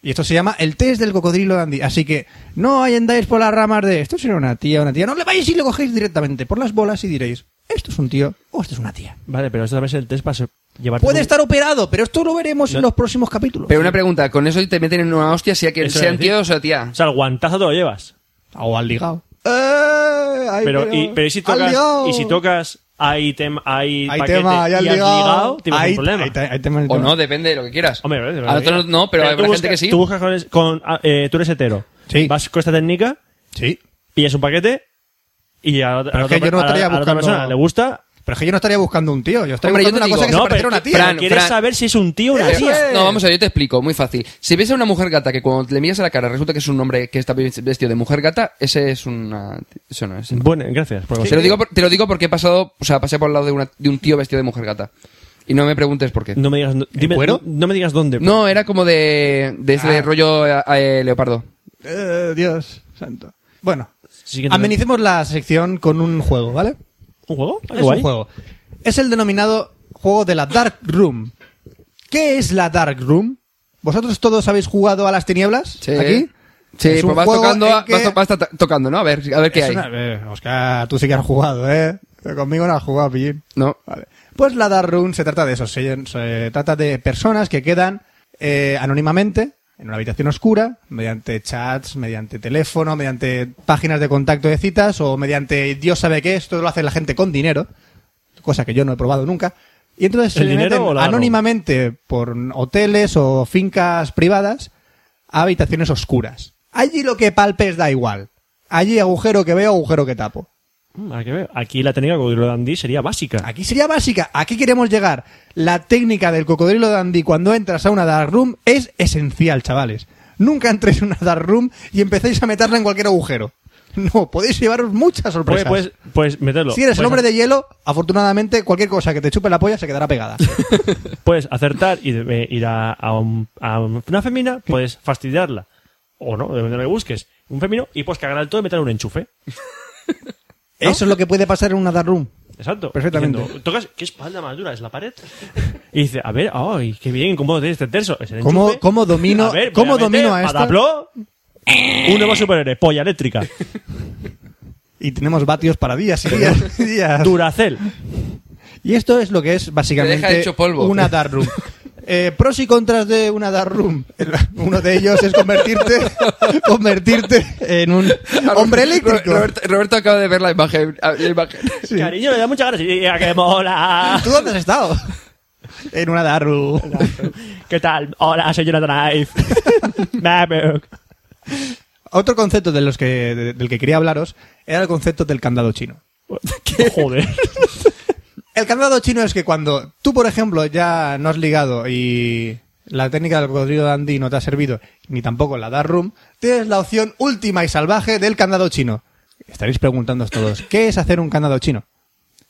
A: Y esto se llama el test del cocodrilo dandy. Así que no hay andáis por las ramas de esto será una tía, una tía. No le vais y lo cogéis directamente por las bolas y diréis, esto es un tío o esto es una tía.
C: Vale, pero esto también es el test para llevar...
A: Puede estar operado, pero esto lo veremos en los próximos capítulos.
E: Pero una pregunta, con eso te meten en una hostia, sea que
C: Eso iba
E: sean
C: a decir.
E: tíos o sea tía.
C: O sea, el guantazo te lo llevas.
A: O al ligado. Eh, ay,
C: Pero, y, pero ¿y si
A: al ligao.
C: tocas, y si tocas hay tema, hay,
A: Hay
C: paquete
A: tema, ya
C: y
A: al
C: has ligado, tienes
A: Hay-
C: un problema.
A: hay te- hay tema, hay
E: O
A: tema.
E: no, depende de lo que quieras.
C: Hombre, vale, vale,
E: a nosotros
C: vale.
E: no, pero, habrá
C: tú
E: gente
C: buscas-
E: que sí.
C: Tú buscas con, es- con, ah, eh, tú eres hetero.
A: Sí.
C: Vas con esta técnica
A: Sí.
C: pillas un paquete y a, a
A: Pero es
C: otra,
A: que yo no
C: a la-
A: estaría
C: a la otra
A: buscando-
C: persona le gusta.
A: Pero es que yo no estaría buscando un tío. Yo estaría
E: Hombre, yo
A: buscando
E: te
A: una
E: digo-
A: cosa que
E: No,
A: se pareciera a una
C: que-
A: tía.
E: Fran,
C: quieres
E: Fran.
C: saber si es un tío o una
E: Pero-
C: tía.
E: No, vamos a ver, yo te explico, muy fácil. Si ves a una mujer gata que cuando le miras a la cara resulta que es un hombre que está vestido de mujer gata, ese es una... Eso no es.
C: Bueno, gracias. por
E: Te, lo
C: conseguir.
E: digo por- te lo digo porque he pasado, o sea, pasé por el lado de, una- de un tío vestido de mujer gata. Y no me preguntes por qué.
C: No me digas, dime-
A: cuero?
C: no me digas dónde.
E: No, era como de, de
A: Ah.
E: ese rollo eh, eh, leopardo.
A: Eh, Dios santo. Bueno,
C: Siguiente.
A: amenicemos la sección con un juego, ¿vale?
C: ¿Un juego? Ah,
A: Es
C: guay.
A: un juego. Es el denominado juego de la Dark Room. ¿Qué es la Dark Room? ¿Vosotros todos habéis jugado a las tinieblas?
E: Sí.
A: ¿Aquí?
E: Sí,
A: Es
E: pues
A: un
E: vas
A: juego
E: tocando,
A: en
E: a-
A: que-
E: vas, to- vas ta- tocando, ¿no? A ver, a ver qué
A: Es
E: hay.
A: una- eh, Oscar, tú sí que has jugado, ¿eh? Pero conmigo no has jugado, pillín.
E: No.
A: Vale. Pues la Dark Room se trata de eso. Se, se trata de personas que quedan eh, anónimamente en una habitación oscura, mediante chats, mediante teléfono, mediante páginas de contacto de citas o mediante Dios sabe qué. Esto lo hace la gente con dinero, cosa que yo no he probado nunca. Y entonces se
C: ¿El
A: le
C: dinero
A: meten
C: o la Dark Room?
A: anónimamente por hoteles o fincas privadas a habitaciones oscuras. Allí lo que palpes da igual. Allí agujero que veo, agujero que tapo.
C: Mm, hay que ver. Aquí la técnica de Dandy sería básica.
A: Aquí sería básica. Aquí queremos llegar. La técnica del cocodrilo dandy cuando entras a una dark room es esencial, chavales. Nunca entréis en una dark room y empecéis a meterla en cualquier agujero. No, podéis llevaros muchas
C: Puedes,
A: sorpresas.
C: puedes, puedes Pues, meterlo. Pues,
A: si eres el
C: Puedes
A: hombre de hielo, afortunadamente cualquier cosa que te chupe la polla se quedará pegada.
C: Puedes acertar y eh, ir a, a un- a una femina, puedes fastidiarla. O no, depende de lo que busques. Un femino y puedes cagar al todo y meter un enchufe.
A: Eso es lo que puede pasar en una dark room.
C: Exacto.
A: Perfectamente.
C: Diciendo, Tocas, ¿qué espalda más dura? ¿Es la pared? Y dice, a ver, ay, qué bien, cómo tienes este terso. Es el
A: ¿Cómo-
C: enchufe.
A: cómo domino-
C: a ver,
A: cómo
C: voy a meter
A: domino a esta?
C: patapló, Un nuevo superhéroe, polla eléctrica.
A: Y tenemos vatios para días y días y días.
C: Duracel.
A: Y esto es lo que es
E: Te deja
A: básicamente
E: hecho polvo.
A: una dark room. Eh, pros y contras de una dark room. El- Uno de ellos es convertirte, convertirte en un hombre eléctrico.
E: Ro- Roberto, Roberto acaba de ver la imagen. ah, la imagen.
A: Sí.
C: Cariño, me da muchas gracias. Y, ah, ¡Qué mola!
A: ¿Tú dónde has estado? En una dark room.
C: ¿Qué tal? Hola, soy Jonathan Ive. Maverick.
A: Otro concepto de los que, de- del que quería hablaros era el concepto del candado chino.
C: Joder.
A: El candado chino es que cuando tú, por ejemplo, ya no has ligado y la técnica del cocodrilo dandy no te ha servido, ni tampoco la dark room, tienes la opción última y salvaje del candado chino. Estaréis preguntándoos todos, ¿qué es hacer un candado chino?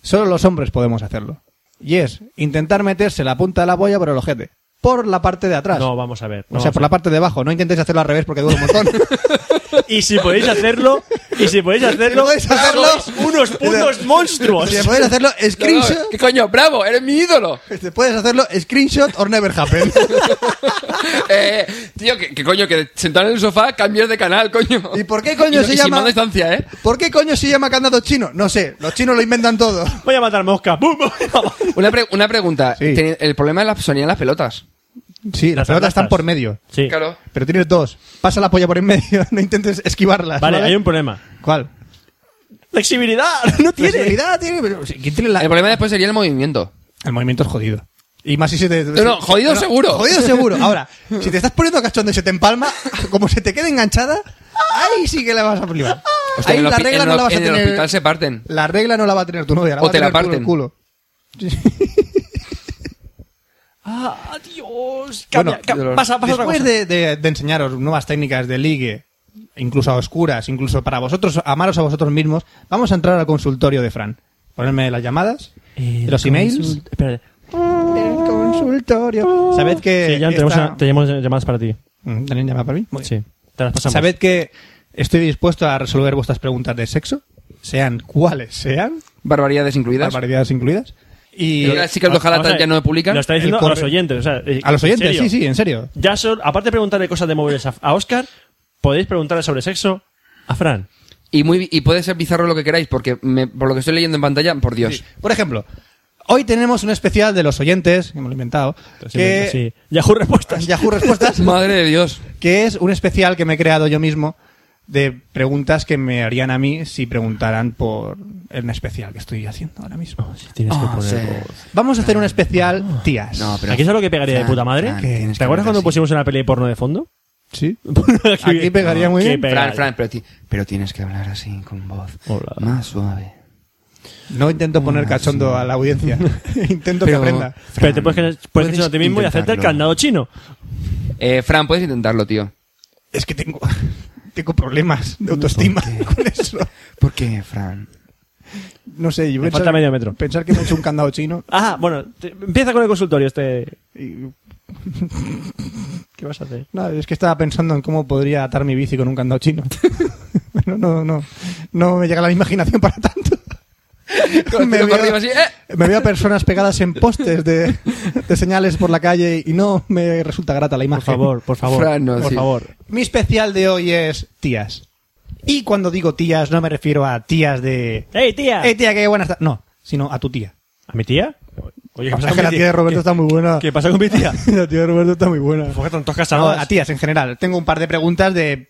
A: Solo los hombres podemos hacerlo. Y es intentar meterse la punta de la boya por el ojete, por la parte de atrás.
C: No, vamos a ver. no
A: o sea,
C: vamos
A: por
C: a
A: la parte de abajo. No intentéis hacerlo al revés porque duele un montón.
C: ver. Y si podéis hacerlo, y si podéis hacerlo,
A: Si podéis hacerlo,
C: sois unos putos monstruos.
A: si podéis hacerlo,
E: No, no,
A: screenshot.
E: ¿Qué coño? ¡Bravo! ¡Eres mi ídolo!
A: Si Puedes hacerlo, screenshot or never happen.
E: Eh, tío, ¿qué, qué coño? Que sentar en el sofá cambias de canal, coño.
A: ¿Y por qué coño
E: Y no-
A: se
E: y
A: llama?
E: Sin más distancia, ¿eh?
A: ¿Por qué coño se llama candado chino? No sé, los chinos lo inventan todo.
C: Voy a matar mosca. ¡Bum!
E: Una, pre- una pregunta.
A: Sí.
E: Ten- El problema de la sonían las pelotas.
A: Sí, las
C: Las
A: pelotas están
C: aplastas.
A: por medio.
C: Sí.
E: Claro.
A: Pero tienes dos. Pasa la polla por en medio, no intentes esquivarlas.
C: Vale, hay un problema.
A: ¿Cuál?
C: Flexibilidad. No tiene.
A: Flexibilidad tiene, pero si- ¿quién tiene la-
E: El problema después sería Eh, el movimiento.
A: El movimiento es jodido. Y más si se te...
E: No, no, jodido seguro.
A: Jodido seguro. Ahora, si te estás poniendo cachondo y se te empalma, como se te quede enganchada, ahí sí que la vas a privar.
E: Hostia,
A: ahí
E: en el
A: la
E: hopi-
A: regla
E: en
A: no
E: el-
A: la vas a
E: en el
A: tener...
E: hospital se parten.
A: La regla no la va a tener tu novia, la
E: O
A: va a
E: te la
A: tener tú en
E: parten.
A: el culo.
C: Ah, Dios.
A: Bueno,
C: Cambia, cam-
E: dolor.
C: pasa, pasa otra
A: Después
C: cosa.
A: de, de- de enseñaros nuevas técnicas de ligue, incluso a oscuras, incluso para vosotros, amaros a vosotros mismos, vamos a entrar al consultorio de Fran. Ponerme las llamadas,
C: El
A: Eh, los emails. Eh,
C: consult- espérate.
A: El consultorio. Sabed que.
C: Sí, ya
A: esta-
C: tenemos, una- tenemos llamadas para ti.
A: Mm, ¿tenéis llamada para mí? Muy bien.
C: Sí. Te las pasamos.
A: Sabed que estoy dispuesto a resolver vuestras preguntas de sexo, sean cuales sean,
E: Barbaridades incluidas.
A: barbaridades incluidas. Y.
E: Pero las chicas
C: Ah,
E: de
C: Vamos
E: Ojalá
C: a ver,
E: ya no publican.
C: Lo está
A: El
C: diciendo a
A: correo-
C: los oyentes. o sea, eh,
A: A los
C: en
A: oyentes,
C: serio.
A: sí, sí, en serio.
C: Ya son, aparte de preguntarle cosas de móviles a, a Oscar, podéis preguntarle sobre sexo a Fran.
E: Y, muy, y puede ser bizarro lo que queráis, porque me- por lo que estoy leyendo en pantalla, por Dios.
A: Por ejemplo, hoy tenemos un especial de los oyentes, hemos lo he inventado, que
C: Sí. Yahoo respuestas.
A: Yahoo Respuestas,
E: Pues Madre de Dios.
A: que es un especial que me he creado yo mismo de preguntas que me harían a mí si preguntaran por el especial que estoy haciendo ahora mismo.
C: Sí, tienes que
E: Oh,
C: poner
E: sí.
C: voz.
A: Vamos a hacer un especial tías.
E: No, pero-
C: ¿Aquí sabes lo que pegaría de
E: Fran,
C: puta madre?
E: Fran,
C: ¿Qué?
E: tienes
C: ¿Te
E: que
C: acuerdas
E: hablar
C: cuando
E: así.
C: pusimos una peli de porno de fondo?
A: Sí. Aquí pegaría muy
C: Qué
A: bien.
C: pegada.
E: Fran, Fran, pero, ti- pero tienes que hablar así, con voz
C: Hola.
E: más suave.
A: No intento poner cachondo a la audiencia. intento
E: Ah, Pero-
A: que aprenda.
C: Pero te puedes, puedes,
E: puedes
C: decirlo a ti mismo y hacerte el
E: intentarlo.
C: candado chino.
E: Eh, Fran, puedes intentarlo, tío.
A: Es que tengo, tengo problemas de autoestima con eso.
E: ¿Por qué, Fran?
A: No sé, yo
C: Me falta medio metro.
A: pensar que me he hecho un candado chino
C: Ah, bueno, te- empieza con el consultorio este.
A: y
C: ¿Qué vas a hacer?
A: No, es que estaba pensando en cómo podría atar mi bici con un candado chino. Bueno, no, no, no me llega la imaginación para tanto.
E: Me
A: veo-
E: así, eh.
A: Me veo a personas pegadas en postes de, de señales por la calle y no me resulta grata la
C: Por
A: imagen.
C: favor, por favor.
E: Fran, no,
C: por
E: sí.
C: favor.
A: Mi especial de hoy es tías. Y cuando digo tías no me refiero a tías de...
C: ¡Ey, tía!
A: ¡Eh, tía, qué buena está! No, sino a tu tía.
C: ¿A mi tía? Oye,
A: O sea, que la tía de Roberto está muy buena.
C: ¿Qué pasa con mi tía?
A: La tía de Roberto está muy buena.
C: Porque tantos
A: No,
C: casados.
A: a tías en general. Tengo un par de preguntas de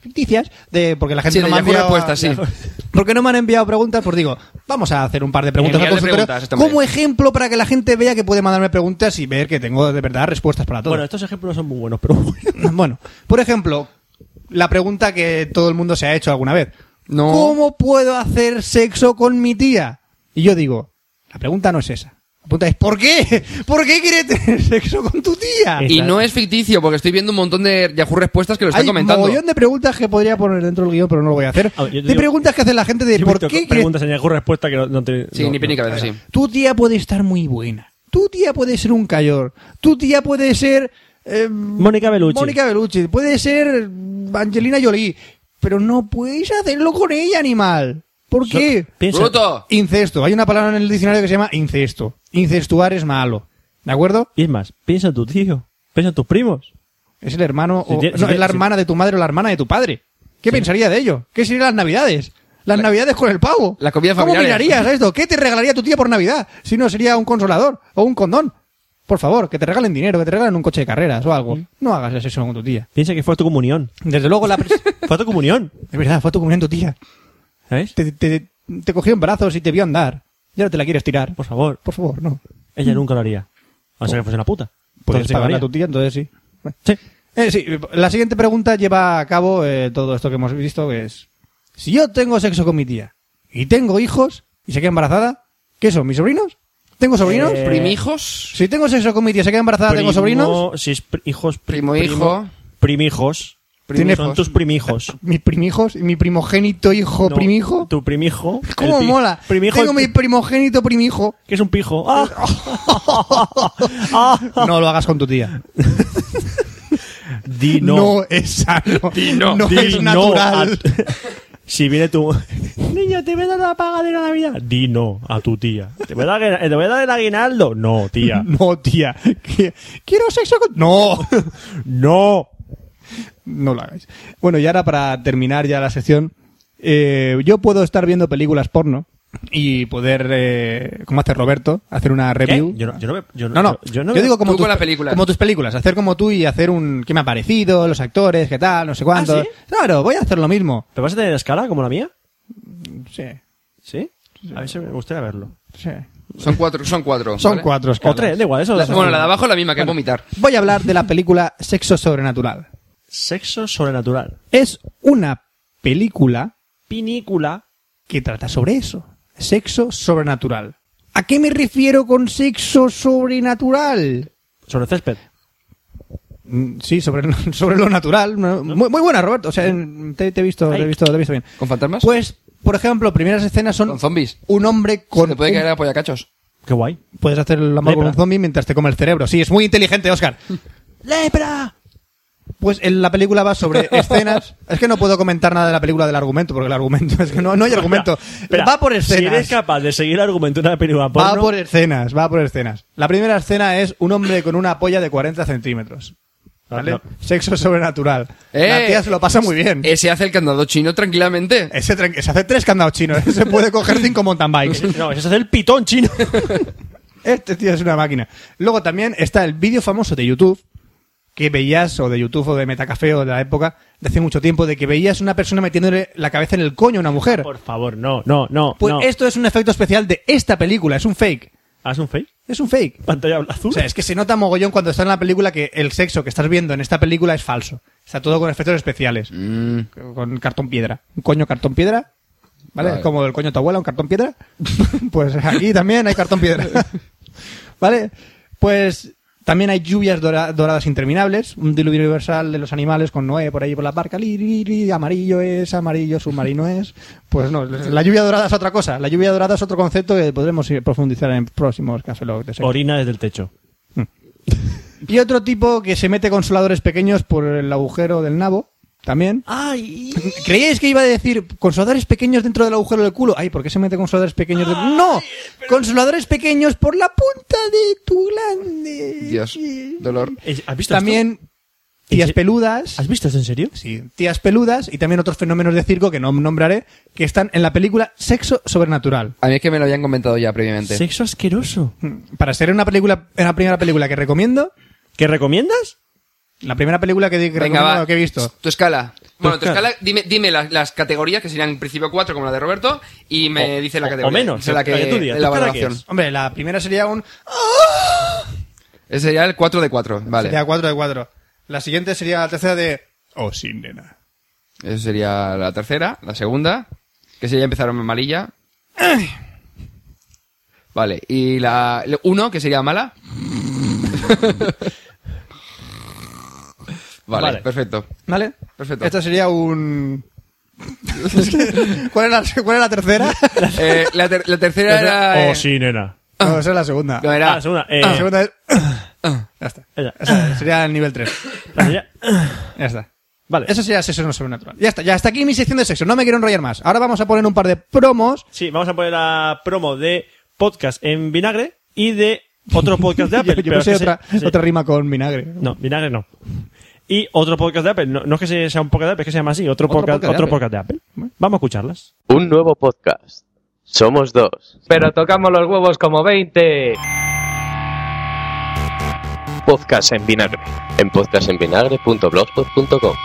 A: ficticias, de porque la gente
E: Sí,
A: no
E: de
A: me ha
E: Yahoo
A: enviado
E: respuestas, sí.
A: Porque no me han enviado preguntas, pues digo, vamos a hacer un par de preguntas al
E: Enviarle
A: consultorio
E: preguntas, este hombre.
A: como ejemplo para que la gente vea que puede mandarme preguntas y ver que tengo de verdad respuestas para todo.
C: Bueno, estos ejemplos no son muy buenos, pero bueno.
A: Bueno, por ejemplo, la pregunta que todo el mundo se ha hecho alguna vez.
E: No.
A: ¿Cómo puedo hacer sexo con mi tía? Y yo digo, la pregunta no es esa. La pregunta es, ¿por qué? ¿Por qué quieres tener sexo con tu tía?
E: Y no es ficticio, porque estoy viendo un montón de Yahoo respuestas que lo están
A: Hay un
E: comentando.
A: mogollón de preguntas que podría poner dentro del guión, pero no lo voy a hacer.
C: A ver, yo te
A: de
C: digo-
A: preguntas que hace la gente de
C: Yo he
A: por
C: visto
A: qué crees-
C: preguntas en Yahoo respuesta que no, no te.
E: Sí,
C: no,
E: ni pie ni
C: no.
E: cabeza, sí.
A: tu tía puede estar muy buena. Tu tía puede ser un cayor. Tu tía puede ser... eh,
C: Mónica Bellucci.
A: Mónica Bellucci. Puede ser Angelina Jolie. Pero no puedes hacerlo con ella, animal. ¿Por
C: So-
A: qué?
C: piensa-
E: ¡Bruto!
A: Incesto. Hay una palabra en el diccionario que se llama incesto. Incestuar es malo. ¿De acuerdo?
C: Y es más, piensa en tu tío. Piensa en tus primos.
A: Es el hermano
C: Si
A: o-
C: tie-
A: no,
C: si
A: es
C: tie-
A: la
C: si-
A: hermana de tu madre o la hermana de tu padre. ¿Qué pensaría de ello? ¿Qué serían las navidades? Las navidades con el pavo.
E: La comida
A: ¿Cómo
E: familiar.
A: mirarías esto? ¿Qué te regalaría tu tía por Navidad? Si no sería un consolador o un condón. Por favor, que te regalen dinero, que te regalen un coche de carreras o
E: Mm.
A: algo. No hagas eso con tu tía.
C: Piensa que fue a tu comunión.
A: Desde luego la... pres-
C: Fue a tu comunión.
A: es verdad, fue a tu comunión tu tía.
C: ¿Sabes?
A: Te, te, te cogió en brazos y te vio andar. Y ahora te la quieres tirar.
C: Por favor.
A: Por favor, no.
C: Ella nunca lo haría. A no ser que fuese una puta.
A: Puedes
C: Entonces, sí que lo
A: Pues pagarle a
C: haría.
A: tu tía, entonces sí.
C: Sí.
A: Eh, sí, la siguiente pregunta lleva a cabo eh, todo esto que hemos visto, que es... Si yo tengo sexo con mi tía y tengo hijos y se queda embarazada, ¿qué son, mis sobrinos? ¿Tengo sobrinos?
C: Eh,
E: ¿Primijos?
A: Si tengo sexo con mi tía y se queda embarazada, ¿tengo
C: Primo-
A: sobrinos?
C: Si es pri- hijos. pri-
E: Primo, hijo.
C: Primijos.
A: Tiene-
C: Son tus primijos.
A: ¿Mis primijos? ¿Y mi primogénito hijo
C: No,
A: primijo?
C: Tu primijo. el
A: ¿Cómo
C: pi-
A: mola?
C: Primijo.
A: tengo
C: el
A: mi
C: pi-
A: primogénito primijo.
C: que es un pijo. ¡Ah! ¡Ah!
A: No lo hagas con tu tía.
C: Di
A: No,
C: no.
A: es sano.
E: no.
A: No
C: Di
A: es
C: no
A: natural.
C: a- si viene tu niño, te voy a dar la paga de la Navidad. Di no a tu tía. ¿Te voy a dar, aguina- te voy a dar el aguinaldo? No, tía.
A: No, tía. Que- Quiero sexo con... No.
C: No.
A: No lo hagáis. Bueno, y ahora para terminar ya la sección, eh, yo puedo estar viendo películas porno y poder, eh, como hace Roberto, hacer una review.
C: ¿Eh? Yo no, yo no, me- yo
A: No, no.
C: Yo, no me-
A: digo como
E: Tú
A: tus,
E: con las películas.
A: como tus películas, hacer como tú y hacer un qué me ha parecido, los actores, qué tal, no sé cuánto.
C: ¿sí?
A: Claro, voy a hacer lo mismo.
C: ¿Pero vas a tener escala como la mía?
A: Sí,
C: ¿Sí? A mí se me gustaría verlo.
A: sí.
E: Son cuatro, son cuatro.
A: Son
E: ¿vale?
A: cuatro
C: O
A: escalas.
C: tres, da igual. Eso
E: La-
C: eso-
E: bueno, la de abajo es la misma, que es vomitar.
A: Voy a hablar de la película Sexo Sobrenatural.
C: Sexo sobrenatural.
A: Es una película
C: Pinícula.
A: que trata sobre eso. Sexo sobrenatural. ¿A qué me refiero con sexo sobrenatural?
C: Sobre césped.
A: Mm, Sí, sobre, sobre lo natural. ¿no? Muy, muy buena, Roberto. O sea, en- te, te he visto, te he
C: Ay.
A: visto, te he visto bien.
E: ¿Con fantasmas?
A: Pues, por ejemplo, primeras escenas son
E: ¿Con zombies?
A: un hombre con...
E: ¿Te puede
A: un-
E: caer a pollacachos?
C: Qué guay.
A: Puedes hacer el amor con
C: Lepra.
A: un zombie mientras te come el cerebro. Sí, es muy inteligente, Oscar. ¡Lepra! Pues en la película va sobre escenas. Es que no puedo comentar nada de la película del argumento, porque el argumento es que no, no hay argumento.
C: Espera,
A: va por
C: Si
A: escenas.
C: eres capaz de seguir el argumento de una película porno,
A: Va por escenas, va por escenas. La primera escena es un hombre con una polla de 40 centímetros. ¿Vale?
C: No.
A: Sexo sobrenatural. la
E: Eh,
A: tía se lo pasa muy bien. Eh.
E: Eh, se hace el candado chino tranquilamente.
A: Ese tren- se hace tres candados chinos. ¿eh? Se puede coger cinco mountain bikes.
C: No, ese es el pitón chino.
A: Este tío es una máquina. Luego también está el vídeo famoso de YouTube que veías, o de YouTube o de Metacafé o de la época, de hace mucho tiempo, de que veías una persona metiéndole la cabeza en el coño a una mujer.
C: Por favor, no, no, no.
A: Pues
C: no.
A: esto es un efecto especial de esta película, es un fake.
C: ¿Haz un fake?
A: Es un fake.
C: ¿Pantalla azul?
A: O sea, es que se nota mogollón cuando está en la película que el sexo que estás viendo en esta película es falso. Está todo con efectos especiales.
E: Mm,
A: Con cartón piedra. Un coño cartón piedra. ¿Vale?
E: Vale.
A: Como el coño de tu abuela, un cartón piedra. pues aquí también hay cartón piedra. ¿Vale? Pues también hay lluvias dora- doradas interminables. Un diluvio universal de los animales con Noé por ahí por la barca. li, li, li, amarillo es, amarillo submarino es. Pues no, la lluvia dorada es otra cosa. La lluvia dorada es otro concepto que podremos ir- profundizar en próximos Café Lock de sexo.
C: Orina desde el techo.
A: Y otro tipo que se mete consoladores pequeños por el agujero del nabo, también.
C: ¡Ay!
A: ¿Creíais que iba a decir consoladores pequeños dentro del agujero del culo? Ay, ¿por qué se mete consoladores pequeños? de- ¡No! Consoladores pequeños por la punta de tu glande.
E: Dios, dolor.
C: ¿Has visto esto?
A: También tías
C: Ese-
A: peludas.
C: ¿Has visto esto en serio?
A: Sí, tías peludas y también otros fenómenos de circo que no nombraré que están en la película Sexo Sobrenatural.
E: A mí es que me lo habían comentado ya previamente.
C: Sexo asqueroso.
A: Para ser una película, una primera película que recomiendo,
C: ¿Qué recomiendas?
A: la primera película que, di- que
E: Venga,
A: recomiendo
E: va.
A: que he visto.
E: Tu escala. Bueno, tu
C: escala.
E: escala, dime, dime las, las categorías, que serían en principio cuatro, como la de Roberto, y me
C: O-
E: dice la
C: o-
E: categoría.
C: o menos,
E: dice la que,
C: la que tú digas.
E: la
C: ¿Tu escala qué
E: valoración.
C: es?
A: Hombre, la primera sería un
E: Ese sería el 4 de 4, vale.
A: Sería 4 de 4. La siguiente sería la tercera de... Oh, sí, nena.
E: Esa sería la tercera, la segunda, que sería empezaron malilla. Vale, y la 1, que sería mala. vale,
C: Vale.
E: perfecto.
A: ¿Vale?
E: Perfecto.
A: Esta sería un... ¿Cuál era, cuál era la tercera?
E: Eh, la, ter- la tercera era... eh,
C: Oh, sí, nena.
A: no, esa es la segunda.
E: No, era...
C: Ah, la segunda. eh,
A: La segunda es... ya está.
C: esa.
A: Esa sería el nivel 3.
C: La primera-
A: Ya está.
C: Vale.
A: Eso sería sexo no sobrenatural. Ya está, ya está aquí mi sección de sexo. No me quiero enrollar más. Ahora vamos a poner un par de promos.
C: Sí, vamos a poner la promo de podcast en vinagre y de otro podcast de
A: Yo,
C: Apple.
A: yo
C: pero
A: pensé
C: es que
A: otra,
C: se- se-
A: otra rima con vinagre.
C: No, vinagre no. Y otro podcast de Apple. No, no es que se- sea un podcast de Apple, es que se llama así. Otro, podcast,
A: podcast de
C: otro
A: Apple.
C: podcast de Apple. Vamos a escucharlas.
H: Un nuevo podcast. Somos dos.
I: Pero tocamos los huevos como 20.
H: Podcast en vinagre. En podcastenvinagre.blogspot.com.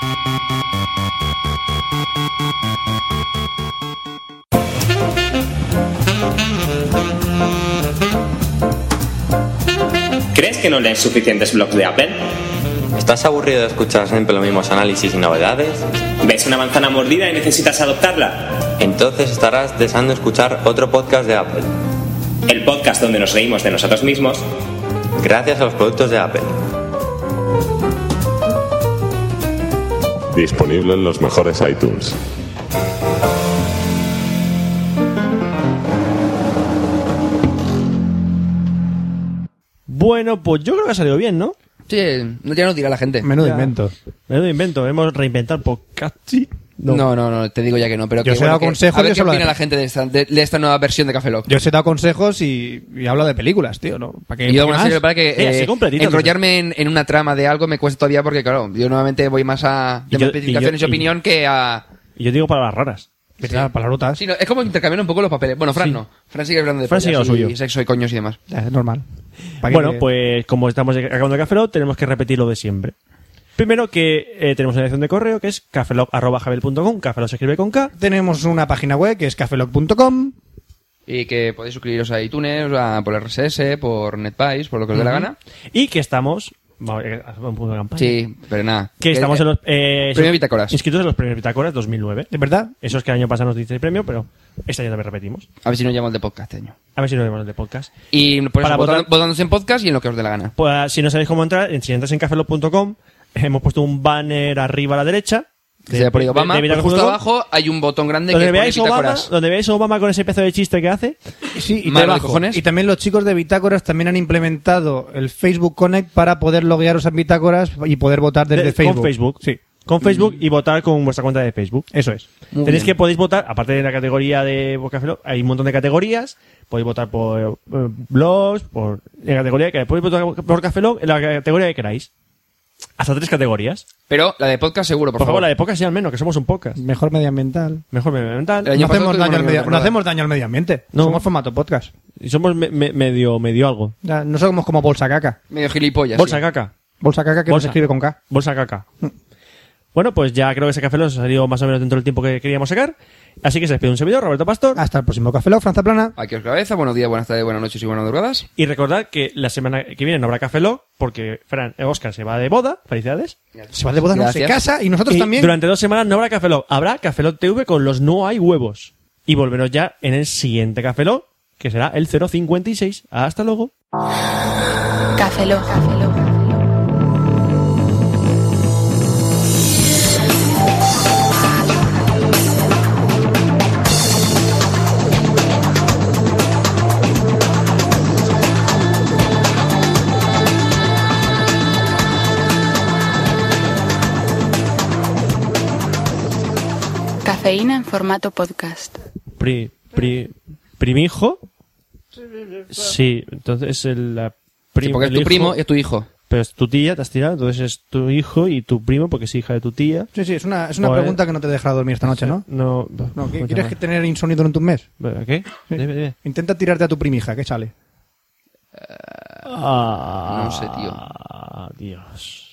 J: ¿Crees que no lees suficientes blogs de Apple?
K: ¿Estás aburrido de escuchar siempre los mismos análisis y novedades?
J: ¿Ves una manzana mordida y necesitas adoptarla?
K: Entonces estarás deseando escuchar otro podcast de Apple.
J: El podcast donde nos reímos de nosotros mismos.
K: Gracias a los productos de Apple.
I: Disponible en los mejores iTunes.
C: Bueno, pues yo creo que ha salido bien, ¿no?
E: Sí, no- ya no dirá la gente.
A: Menudo invento.
C: Menudo invento. Hemos reinventado el podcast. Sí.
E: No. no, no, te digo ya que no, pero
A: Yo
E: que,
A: os he dado
E: que-
A: consejos,
E: a ver
A: yo
E: qué
A: solo-
E: opina la gente de esta, de- de esta nueva versión de Café Lock.
A: Yo os he dado consejos y, y hablo de películas, tío. ¿no? ¿Para qué,
E: Y
A: para qué
E: yo, bueno,
A: más?
E: serio, para que
C: Eh, así
E: eh,
C: completito,
E: enrollarme en, en una trama de algo me cuesta todavía porque, claro, yo nuevamente voy más a
C: Y
E: de
C: yo- y
E: especificaciones y,
C: yo-
E: opinión que a...
C: Y yo digo palabras raras.
A: Mira, palabrotas.
E: Sí, no, es como intercambiar un poco los papeles. Bueno, Fran
C: Sí.
E: no. Fran sigue hablando de
C: Fran sigue
E: pollas
C: lo
E: y,
C: suyo.
E: y sexo y coños y demás.
A: Ya, Es normal. ¿Para qué-
C: Bueno, pues como estamos acabando el Café Lock, tenemos que repetir lo de siempre. Primero que eh, tenemos una dirección de correo que es cafelog.com. Cafelog se escribe con K.
A: Tenemos una página web que es cafeloc.com.
E: Y que podéis suscribiros a iTunes, a- por RSS, por NetPies, por lo que os dé la gana.
C: Y que estamos... Vamos, eh, hacemos un punto de campaña.
E: Sí, pero nada.
C: Que estamos en los... Eh,
E: Premio Bitácoras.
C: Inscritos en los premios Bitácoras 2009.
A: ¿Es verdad?
C: Eso es que el año pasado nos diste el premio, pero este año también repetimos.
E: A ver si nos llamamos de podcast, este año.
C: A ver si nos vemos en el de podcast.
E: Y por
C: Para
E: eso, votan-
C: votar-
E: votándose en podcast y en lo que os dé la gana.
C: Pues si no sabéis cómo entrar, en- si entras en cafelo.com, hemos puesto un banner arriba a la derecha.
E: Que se haya ponido Obama.
C: de- de
E: pues justo
C: bitácoras.com,
E: abajo hay un botón grande
C: Donde
E: que pone
C: veáis, Obama,
E: bitácoras.
C: donde veáis a Obama con ese pedazo de chiste que hace,
A: Sí, y,
E: Malo
A: debajo.
E: de cojones.
A: y también los chicos de Bitácoras también han implementado el Facebook Connect para poder loguearos en Bitácoras y poder votar desde
C: de-
A: Facebook.
C: con Facebook.
A: Sí,
C: Con Facebook y votar con vuestra cuenta de Facebook.
A: eso es.
E: Muy
C: Tenéis
E: bien.
C: que podéis votar, aparte de la categoría de Bocafelo, hay un montón de categorías. Podéis votar por eh, blogs, por la categoría que queráis. Podéis votar por Cafelog en la categoría que queráis. Hasta tres categorías.
E: Pero la de podcast seguro, por,
C: Por, favor, la de podcast sí al menos, que somos un podcast.
A: Mejor medioambiental.
C: Mejor medioambiental.
E: El año
A: No
E: pasado
A: hacemos,
E: tuvimos
A: daño al
E: una
A: medio- no
E: temporada.
A: hacemos daño al medio ambiente.
C: Eh, No.
A: Somos formato podcast.
C: Y somos me- me- medio, medio algo.
A: Ya, no somos como Bolsa Caca.
E: Medio gilipollas.
C: Bolsa
E: sí.
C: caca.
A: Bolsa Caca que no
C: Bolsa.
A: se escribe con K.
C: Bolsa caca. Bueno, pues ya creo que ese café Lock se ha salido más o menos dentro del tiempo que queríamos sacar. Así que se despide un servidor, Roberto Pastor.
A: Hasta el próximo café Lock, Franza Plana.
E: Aquí os cabeza, buenos días, buenas tardes, buenas noches y buenas madrugadas.
C: Y recordad que la semana que viene no habrá café Lock porque Fran, eh, Oscar se va de boda. Felicidades.
A: Se va de boda, no se
E: Gracias.
A: casa y nosotros
C: Y
A: también.
C: Durante dos semanas no habrá café Lock. Habrá café Lock TV con los no hay huevos. Y volveremos ya en el siguiente café Lock, que será el 056. Hasta luego.
D: Café Lock. Cafeína en formato podcast.
C: Pri, pri, primijo. Sí, entonces es el, la prim-
E: Sí, porque es
C: el
E: tu
C: hijo.
E: primo y es tu hijo.
C: Pero es tu tía, te has tirado, entonces es tu hijo y tu primo porque es hija de tu tía.
A: Sí, sí, es una, es una
C: Joder.
A: pregunta que no te dejará dormir esta noche, ¿no?
C: No,
A: No, ¿qué- ¿Quieres
C: Puta
A: que
C: madre.
A: tener insomnio durante un mes?
C: ¿Qué?
A: Sí.
C: Dime, dime.
A: Intenta tirarte a tu primija, que sale.
E: No sé, tío.
C: Ah, Dios.